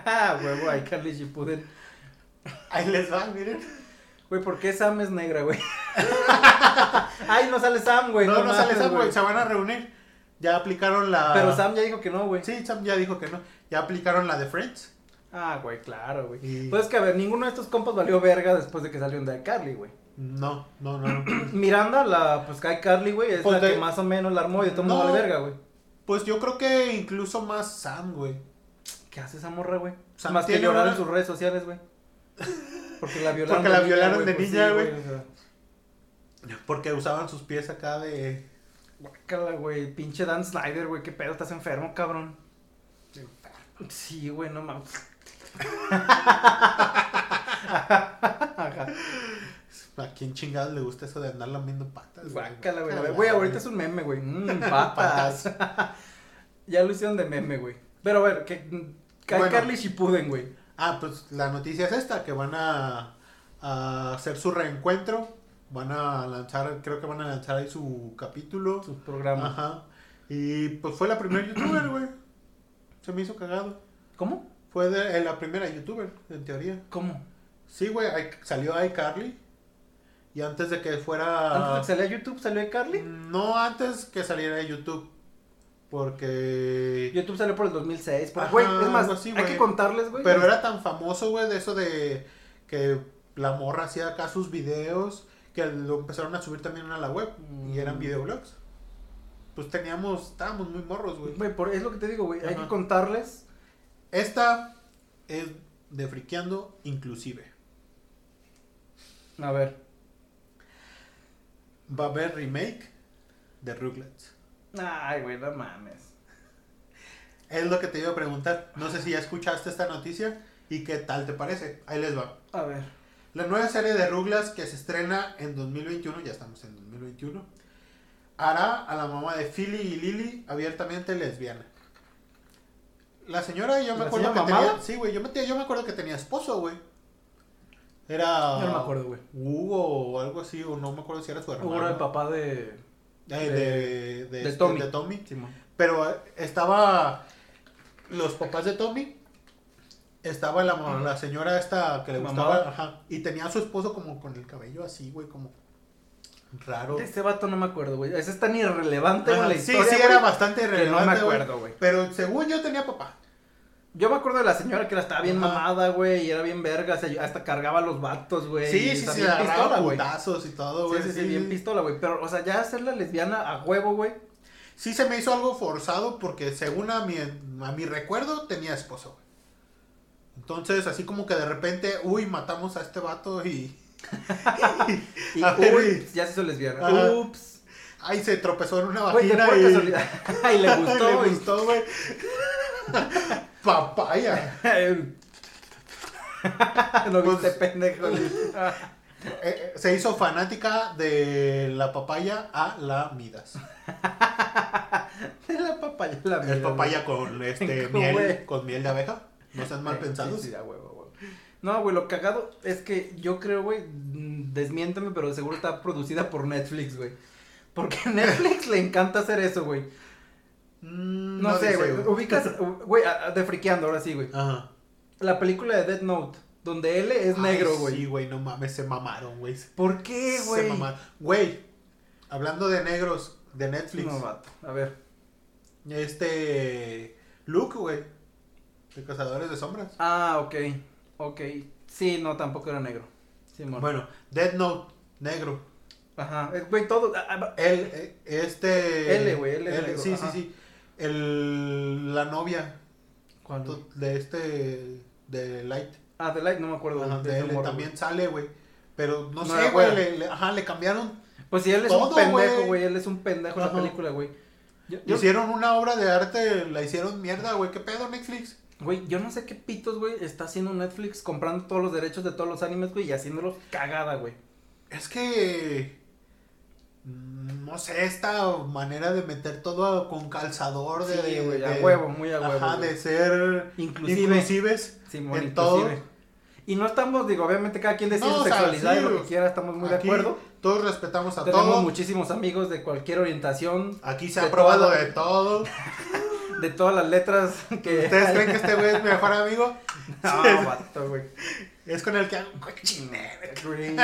Speaker 2: Ah, huevo, ay, Carly Shippuden.
Speaker 1: Ahí les va, miren.
Speaker 2: Güey, ¿por qué Sam es negra, güey? ay, Pues no sale Sam, güey.
Speaker 1: no, no sale
Speaker 2: mames,
Speaker 1: Sam, güey. Se van a reunir. Ya aplicaron la.
Speaker 2: Pero Sam ya dijo que no, güey.
Speaker 1: Sí, Sam ya dijo que no. Ya aplicaron la de Friends.
Speaker 2: Ah, güey, claro, güey.
Speaker 1: Y-
Speaker 2: Pues es que, a ver, ninguno de estos compas valió verga después de que salieron de Carly, güey.
Speaker 1: No, no, no. no.
Speaker 2: Miranda, la, pues Kai Carly, güey, es
Speaker 1: Pues
Speaker 2: la
Speaker 1: de-
Speaker 2: que más o menos la armó y de todo mundo
Speaker 1: No.
Speaker 2: vale verga, güey.
Speaker 1: pues yo creo que incluso más Sam, güey.
Speaker 2: ¿Qué hace esa morra, güey?
Speaker 1: Sam
Speaker 2: Más que
Speaker 1: tiene
Speaker 2: llorar
Speaker 1: una-
Speaker 2: en sus redes sociales, güey. Porque la violaron
Speaker 1: Porque la violaron de niña, güey.
Speaker 2: pues o sea,
Speaker 1: Porque usaban sus pies acá de.
Speaker 2: guácala, güey. Pinche Dan Snyder, güey. ¿Qué pedo? ¿Estás enfermo, cabrón? Sí, güey, no mames. Ajá.
Speaker 1: ¿A quién chingados le gusta eso de andar lamiendo patas? Ah,
Speaker 2: Guácala, güey. A ver, Güey, ahorita es un meme, güey. Mm, patas. ya lo hicieron de meme, güey. Pero a ver, que. mm, Kai
Speaker 1: Bueno.
Speaker 2: Carly Shippuden, güey.
Speaker 1: Ah, pues la noticia es esta: que van a, a hacer su reencuentro. Van a lanzar, creo que van a lanzar ahí su capítulo.
Speaker 2: Su programa.
Speaker 1: Ajá. Y pues fue la primera youtuber, güey. Se me hizo cagado.
Speaker 2: ¿Cómo?
Speaker 1: Fue de- eh, la primera youtuber, en teoría.
Speaker 2: ¿Cómo?
Speaker 1: Sí, güey, ahí- salió iCarly. Y antes de que fuera.
Speaker 2: Antes de que saliera YouTube, salió Carly.
Speaker 1: No antes que saliera de YouTube. Porque.
Speaker 2: YouTube salió por el 2006. por-
Speaker 1: Ajá,
Speaker 2: Güey, es más,
Speaker 1: algo así,
Speaker 2: hay
Speaker 1: güey.
Speaker 2: que contarles, güey.
Speaker 1: Pero era tan famoso, güey, de eso de que la morra hacía acá sus videos. Que lo empezaron a subir también a la web. Y eran
Speaker 2: Mm.
Speaker 1: videoblogs. Pues teníamos. Estábamos muy morros, güey.
Speaker 2: Güey, por- es lo que te digo, güey. Hay
Speaker 1: Ajá.
Speaker 2: que contarles.
Speaker 1: Esta es de Friqueando Inclusive.
Speaker 2: A ver.
Speaker 1: Va a haber remake de Rugrats.
Speaker 2: Ay, güey, no mames.
Speaker 1: Es lo que te iba a preguntar. No sé si ya escuchaste esta noticia y qué tal te parece. Ahí les va.
Speaker 2: A ver.
Speaker 1: La nueva serie de Ruglas que se estrena en 2021, ya estamos en 2021, hará a la mamá de Philly y Lily abiertamente lesbiana. La señora, yo me
Speaker 2: ¿La
Speaker 1: acuerdo que
Speaker 2: señora mamada?
Speaker 1: tenía. Sí, güey, yo me, yo me acuerdo que tenía esposo, güey. Era.
Speaker 2: Yo no me acuerdo, güey.
Speaker 1: Hugo o algo así, o no me acuerdo si era su hermano.
Speaker 2: Ahora el papá de.
Speaker 1: Eh, de, de,
Speaker 2: de
Speaker 1: este,
Speaker 2: Tommy.
Speaker 1: de Tommy.
Speaker 2: Simón.
Speaker 1: Pero eh, estaba los papás de Tommy, estaba la, ma- la señora esta que le
Speaker 2: Mamá.
Speaker 1: gustaba, ajá, y tenía a su esposo como con el cabello así, güey, como raro.
Speaker 2: De ese vato no me acuerdo, güey. Ese es tan irrelevante, güey.
Speaker 1: Ajá,
Speaker 2: la
Speaker 1: sí,
Speaker 2: historia,
Speaker 1: sí,
Speaker 2: güey,
Speaker 1: era bastante
Speaker 2: Que no
Speaker 1: relevante,
Speaker 2: me
Speaker 1: güey.
Speaker 2: acuerdo, güey.
Speaker 1: Pero según yo tenía papá.
Speaker 2: Yo me acuerdo de la señora que la estaba bien
Speaker 1: Ajá.
Speaker 2: mamada, güey, y era bien verga, o sea, yo- hasta cargaba a los vatos, güey.
Speaker 1: sí,
Speaker 2: y
Speaker 1: sí,
Speaker 2: está
Speaker 1: sí,
Speaker 2: bien
Speaker 1: agarraba
Speaker 2: pistola, güey.
Speaker 1: putazos y todo,
Speaker 2: Sí,
Speaker 1: güey.
Speaker 2: sí, sí, bien pistola, güey. Pero, o sea, ya hacerla lesbiana a huevo, güey.
Speaker 1: Sí se me hizo algo forzado porque según a mi, a mi recuerdo tenía esposo, güey. Entonces, así como que de repente, uy, matamos a este vato y...
Speaker 2: Y
Speaker 1: A ver,
Speaker 2: ups, ya se hizo lesbiana.
Speaker 1: Ajá.
Speaker 2: Ups.
Speaker 1: Ay, se tropezó en una
Speaker 2: Güey, de
Speaker 1: vagina
Speaker 2: por
Speaker 1: y...
Speaker 2: casualidad. Y le gustó,
Speaker 1: Le
Speaker 2: güey.
Speaker 1: gustó, güey. Papaya.
Speaker 2: no
Speaker 1: Pues-
Speaker 2: viste, pendejo.
Speaker 1: Eh, eh, se hizo fanática de la papaya a la Midas.
Speaker 2: la papaya, la mierda,
Speaker 1: Es papaya con este
Speaker 2: Güey.
Speaker 1: miel, con miel de abeja. No sean mal
Speaker 2: Sí,
Speaker 1: pensados.
Speaker 2: sí, sí, a huevo, a huevo. No, güey, lo cagado es que yo creo, güey, mm, desmiénteme, pero seguro está producida por Netflix, güey. Porque a Netflix le encanta hacer eso, güey.
Speaker 1: Mm,
Speaker 2: No, sé,
Speaker 1: dice,
Speaker 2: güey. Ubicas, u- güey, a- a- de friqueando, ahora sí, güey.
Speaker 1: Ajá.
Speaker 2: La película de Dead Note, donde L es
Speaker 1: Ay,
Speaker 2: negro, güey.
Speaker 1: Sí, güey, no mames, se mamaron, güey.
Speaker 2: ¿Por qué,
Speaker 1: Se
Speaker 2: güey?
Speaker 1: mamaron. Güey, hablando de negros, de Netflix.
Speaker 2: No, vato. A ver.
Speaker 1: este. Luke, güey. De Cazadores de Sombras.
Speaker 2: Ah, ok. Ok. Sí, no, tampoco era negro. Simón.
Speaker 1: Bueno, Dead Note, negro.
Speaker 2: Ajá. Eh, Güey, todo. ah, ah,
Speaker 1: El, eh, este.
Speaker 2: L, güey, L negro,
Speaker 1: sí,
Speaker 2: ajá.
Speaker 1: sí, sí. El, la novia
Speaker 2: ¿Cuál? güey?
Speaker 1: to- de este. De Light.
Speaker 2: Ah, The Light, no me acuerdo.
Speaker 1: ajá,
Speaker 2: güey,
Speaker 1: de
Speaker 2: ese
Speaker 1: L
Speaker 2: morro,
Speaker 1: también sale, güey. Pero no,
Speaker 2: No
Speaker 1: sé,
Speaker 2: era
Speaker 1: güey,
Speaker 2: güera.
Speaker 1: le, le- ajá, le cambiaron.
Speaker 2: Pues sí, él es
Speaker 1: Todo,
Speaker 2: un pendejo,
Speaker 1: güey.
Speaker 2: güey. Él es un pendejo en la
Speaker 1: Ajá.
Speaker 2: película, güey. Yo, yo-
Speaker 1: Hicieron una obra de arte, la hicieron mierda, güey. ¿Qué pedo, Netflix?
Speaker 2: güey, yo no sé qué pitos, güey, está haciendo Netflix comprando todos los derechos de todos los animes, güey, y haciéndolos cagada, güey.
Speaker 1: Es que. mm, No sé, esta manera de meter todo con calzador de.
Speaker 2: Sí, güey,
Speaker 1: de-
Speaker 2: a huevo, muy a huevo.
Speaker 1: Ajá,
Speaker 2: güey.
Speaker 1: de ser
Speaker 2: Inclusive.
Speaker 1: inclusives.
Speaker 2: Simón,
Speaker 1: en
Speaker 2: inclusive.
Speaker 1: todo.
Speaker 2: Y no estamos, digo, obviamente cada quien decide
Speaker 1: No,
Speaker 2: su
Speaker 1: o sea,
Speaker 2: sexualidad
Speaker 1: sí,
Speaker 2: y lo
Speaker 1: güey.
Speaker 2: que quiera, estamos muy de
Speaker 1: Aquí
Speaker 2: acuerdo.
Speaker 1: Todos respetamos a
Speaker 2: Tenemos
Speaker 1: todos.
Speaker 2: muchísimos amigos de cualquier orientación,
Speaker 1: Aquí se ha
Speaker 2: de
Speaker 1: probado
Speaker 2: todo.
Speaker 1: de todo.
Speaker 2: de todas las letras que...
Speaker 1: ¿Ustedes creen que este güey es mi mejor amigo?
Speaker 2: No, vato, güey.
Speaker 1: Es con el que hago cochinero.
Speaker 2: Güey.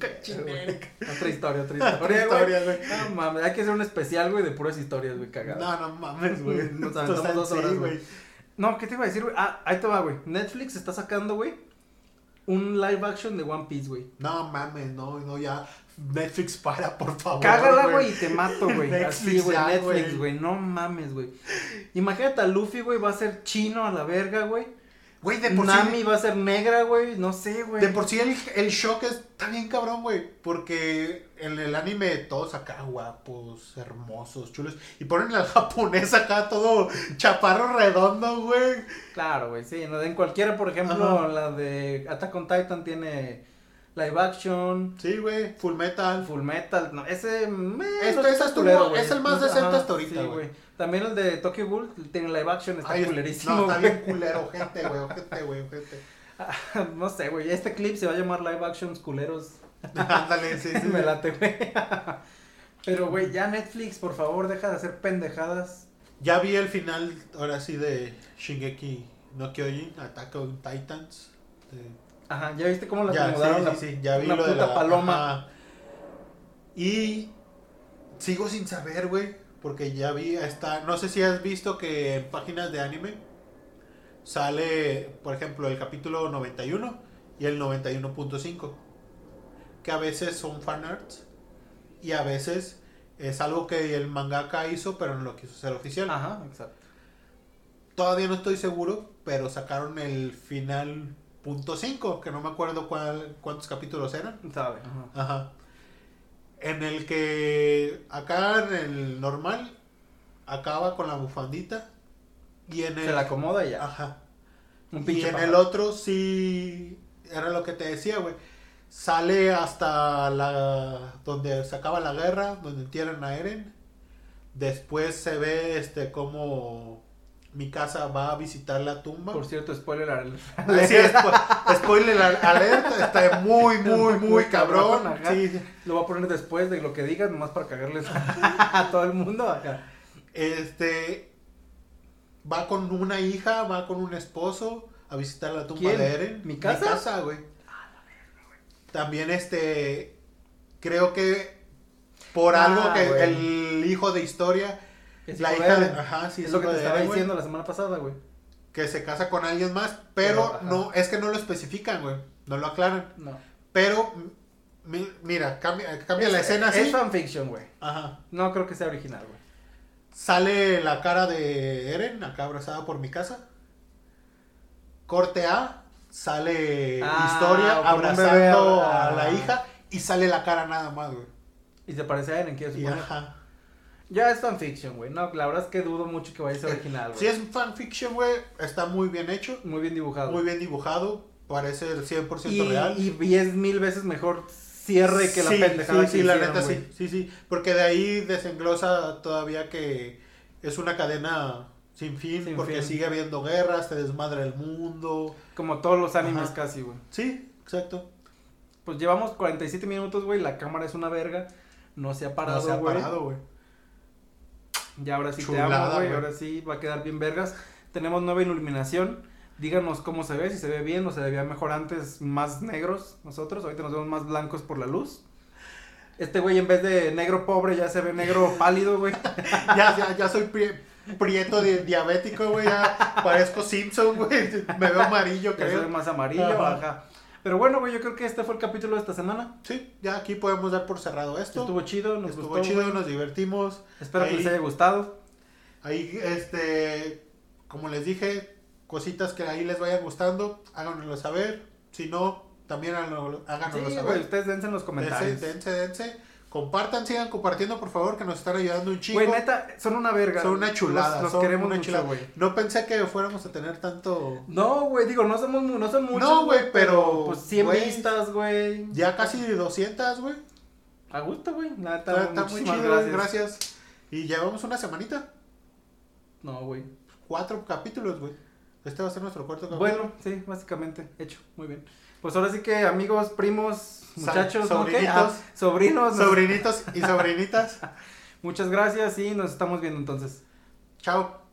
Speaker 1: Cochinero.
Speaker 2: Otra historia, otra historia,
Speaker 1: Otra
Speaker 2: güey.
Speaker 1: historia, güey.
Speaker 2: No mames, hay que hacer un especial, güey, de puras historias, güey, cagadas.
Speaker 1: No, no mames, güey. Esto
Speaker 2: Nos
Speaker 1: está
Speaker 2: aventamos dos
Speaker 1: en
Speaker 2: horas,
Speaker 1: sí,
Speaker 2: güey. No, ¿qué te iba a decir, güey? Ah, ahí te va, güey. Netflix está sacando, güey, un live action de One Piece, güey.
Speaker 1: No mames, no, no, ya. Netflix para, por favor.
Speaker 2: Cágala, güey, y te mato, güey.
Speaker 1: Netflix
Speaker 2: Así, güey,
Speaker 1: ya,
Speaker 2: Netflix,
Speaker 1: güey.
Speaker 2: güey. No mames, güey. Imagínate a Luffy, güey, va a ser chino a la verga, güey.
Speaker 1: Güey, de por
Speaker 2: Nami
Speaker 1: sí.
Speaker 2: va a ser negra, güey. No sé, güey.
Speaker 1: De por sí el, el shock está bien cabrón, güey. Porque en el anime todos acá guapos, hermosos, chulos. Y ponen al japonés acá todo chaparro redondo, güey.
Speaker 2: Claro, güey, sí. no, En cualquiera, por ejemplo,
Speaker 1: Ajá.
Speaker 2: la de Attack on Titan tiene live action,
Speaker 1: Sí, güey. Full metal.
Speaker 2: Full Metal. No, ese. meh,
Speaker 1: Este-
Speaker 2: no
Speaker 1: ese
Speaker 2: está
Speaker 1: estuvo-
Speaker 2: güey.
Speaker 1: es el más
Speaker 2: No,
Speaker 1: decente
Speaker 2: ajá,
Speaker 1: hasta ahorita,
Speaker 2: sí,
Speaker 1: güey.
Speaker 2: También el de Tokyo Ghoul tiene live action, está
Speaker 1: Ay,
Speaker 2: culerísimo,
Speaker 1: No, está
Speaker 2: güey.
Speaker 1: bien culero, gente, güey, ojete, güey, ojete.
Speaker 2: No sé, güey. Este clip se va a llamar Live Actions Culeros.
Speaker 1: Ándale, sí, sí.
Speaker 2: Me late, güey. Pero, güey, ya Netflix, por favor, deja de hacer pendejadas.
Speaker 1: Ya vi el final, ahora sí, de Shingeki no Kyojin, Attack on Titans. de-
Speaker 2: Ajá, ¿ya viste cómo las
Speaker 1: Ya,
Speaker 2: mudaron?
Speaker 1: sí, sí, sí, ya vi
Speaker 2: una
Speaker 1: lo de
Speaker 2: puta
Speaker 1: la
Speaker 2: paloma.
Speaker 1: ajá. Y sigo sin saber, güey, porque ya vi está, no sé si has visto que en páginas de anime sale, por ejemplo, el capítulo 91 y el 91.5, que a veces son fanarts y a veces es algo que el mangaka hizo, pero no lo quiso hacer oficial.
Speaker 2: Ajá, exacto.
Speaker 1: Todavía no estoy seguro, pero sacaron el final punto .5, que no me acuerdo cuál, cuántos capítulos eran.
Speaker 2: Sabe. Ajá.
Speaker 1: Ajá. En el que acá en el normal acaba con la bufandita y en el
Speaker 2: Se la acomoda y ya.
Speaker 1: ajá.
Speaker 2: Un
Speaker 1: Ah, y
Speaker 2: pinche
Speaker 1: en
Speaker 2: pájaro.
Speaker 1: el otro sí era lo que te decía, güey. Sale hasta la donde se acaba la guerra, donde entierran a Eren. Después se ve este cómo mi casa va a visitar la tumba.
Speaker 2: Por cierto, spoiler alert.
Speaker 1: Así es, spo- spoiler alerta, está muy, muy, muy cabrón.
Speaker 2: Cabrón, ajá.
Speaker 1: Sí,
Speaker 2: Lo voy a poner después de lo que digas, nomás para cagarles a todo el mundo. Ajá.
Speaker 1: Este va con una hija, va con un esposo a visitar la tumba
Speaker 2: ¿Quién?
Speaker 1: de Eren.
Speaker 2: ¿Mi casa?
Speaker 1: güey. También este creo que por
Speaker 2: Ah,
Speaker 1: algo que
Speaker 2: güey.
Speaker 1: el hijo de historia,
Speaker 2: Es
Speaker 1: la
Speaker 2: hijo
Speaker 1: hija
Speaker 2: de
Speaker 1: de,
Speaker 2: Eren.
Speaker 1: ajá, sí,
Speaker 2: es lo que
Speaker 1: hijo
Speaker 2: te
Speaker 1: de
Speaker 2: estaba
Speaker 1: Eren, güey,
Speaker 2: diciendo la semana pasada, güey.
Speaker 1: que se casa con alguien más,
Speaker 2: Pero,
Speaker 1: pero
Speaker 2: ajá.
Speaker 1: no es que no lo especifican, güey, no lo aclaran.
Speaker 2: No.
Speaker 1: Pero mi- mira, cambia, cambia la
Speaker 2: Es-
Speaker 1: escena
Speaker 2: es,
Speaker 1: así.
Speaker 2: fanfiction, güey.
Speaker 1: Ajá.
Speaker 2: No creo que sea original, güey.
Speaker 1: Sale la cara de Eren, acá abrazada por mi casa. Corte A, sale
Speaker 2: Ah,
Speaker 1: historia
Speaker 2: con un
Speaker 1: abrazando
Speaker 2: bebé, ah.
Speaker 1: a la hija y sale la cara nada más, güey.
Speaker 2: Y se parece a Eren, quiero
Speaker 1: Y
Speaker 2: suponer.
Speaker 1: ajá.
Speaker 2: Ya es fanfiction, güey. No, la verdad es que dudo mucho que vaya
Speaker 1: Eh,
Speaker 2: a ser original, güey.
Speaker 1: Si es fanfiction, güey, está muy bien hecho,
Speaker 2: Muy bien dibujado.
Speaker 1: muy bien dibujado, parece el 100%
Speaker 2: y,
Speaker 1: real.
Speaker 2: y diez mil veces mejor cierre que la
Speaker 1: Sí,
Speaker 2: pendejada
Speaker 1: sí,
Speaker 2: que
Speaker 1: sí, la
Speaker 2: hicieron,
Speaker 1: neta
Speaker 2: güey.
Speaker 1: sí, sí, sí, porque de ahí desenglosa todavía que es una cadena sin fin,
Speaker 2: Sin
Speaker 1: porque
Speaker 2: fin.
Speaker 1: sigue habiendo guerras, se desmadra el mundo.
Speaker 2: Como todos los animes
Speaker 1: Ajá.
Speaker 2: casi, güey.
Speaker 1: Sí, exacto.
Speaker 2: Pues llevamos 47 minutos, güey. La cámara es una verga. No se ha parado,
Speaker 1: no se ha
Speaker 2: güey.
Speaker 1: parado, güey.
Speaker 2: Ya ahora sí te
Speaker 1: Chulada,
Speaker 2: amo, güey.
Speaker 1: güey.
Speaker 2: Ahora sí va a quedar bien vergas. Tenemos nueva iluminación. Díganos cómo se ve, si se ve bien o se veía mejor antes, más negros nosotros. Ahorita nos vemos más blancos por la luz. Este güey en vez de negro pobre ya se ve negro pálido, güey.
Speaker 1: Ya, ya, ya soy pri- prieto de diabético, güey. Ya parezco Simpson, güey. Me veo amarillo,
Speaker 2: Ya se ve
Speaker 1: creo.
Speaker 2: más amarillo,
Speaker 1: Ajá.
Speaker 2: ajá. Pero bueno, güey, yo creo que este fue el capítulo de esta semana.
Speaker 1: Sí, ya aquí podemos dar por cerrado esto. Estuvo,
Speaker 2: Estuvo chido, nos gustó.
Speaker 1: chido,
Speaker 2: güey.
Speaker 1: nos divertimos.
Speaker 2: Espero que
Speaker 1: Ahí.
Speaker 2: les haya gustado.
Speaker 1: Ahí, este, como les dije, cositas que ahí les vayan gustando, háganoslo saber. Si no, También háganos- háganoslo
Speaker 2: Sí,
Speaker 1: saber.
Speaker 2: güey, ustedes dense en los comentarios.
Speaker 1: pues, Dense, dense, dense. Compartan, sigan compartiendo, por favor, que nos están ayudando un chingo.
Speaker 2: Güey, neta, son una verga.
Speaker 1: son una chulada.
Speaker 2: Los, los
Speaker 1: son
Speaker 2: queremos
Speaker 1: una
Speaker 2: mucho,
Speaker 1: chulada.
Speaker 2: güey.
Speaker 1: No pensé que fuéramos a tener tanto.
Speaker 2: No, güey, digo, no somos mu- no son muchos.
Speaker 1: No, güey, pero,
Speaker 2: Pues 100
Speaker 1: güey,
Speaker 2: vistas, güey.
Speaker 1: Ya casi 200, güey.
Speaker 2: A gusto, güey. La neta,
Speaker 1: Está, está muy
Speaker 2: muchísimas
Speaker 1: chido,
Speaker 2: gracias.
Speaker 1: gracias. Y llevamos una semanita.
Speaker 2: No, güey.
Speaker 1: Cuatro capítulos, güey. Este va a ser nuestro cuarto capítulo.
Speaker 2: Bueno, sí, básicamente. Hecho, muy bien. Pues ahora sí que, amigos, primos, muchachos, ¿no? ¿Qué?
Speaker 1: sobrinitos.
Speaker 2: Ah, sobrinos. nos-
Speaker 1: Sobrinitos y sobrinitas.
Speaker 2: Muchas gracias y nos estamos viendo entonces.
Speaker 1: Chao.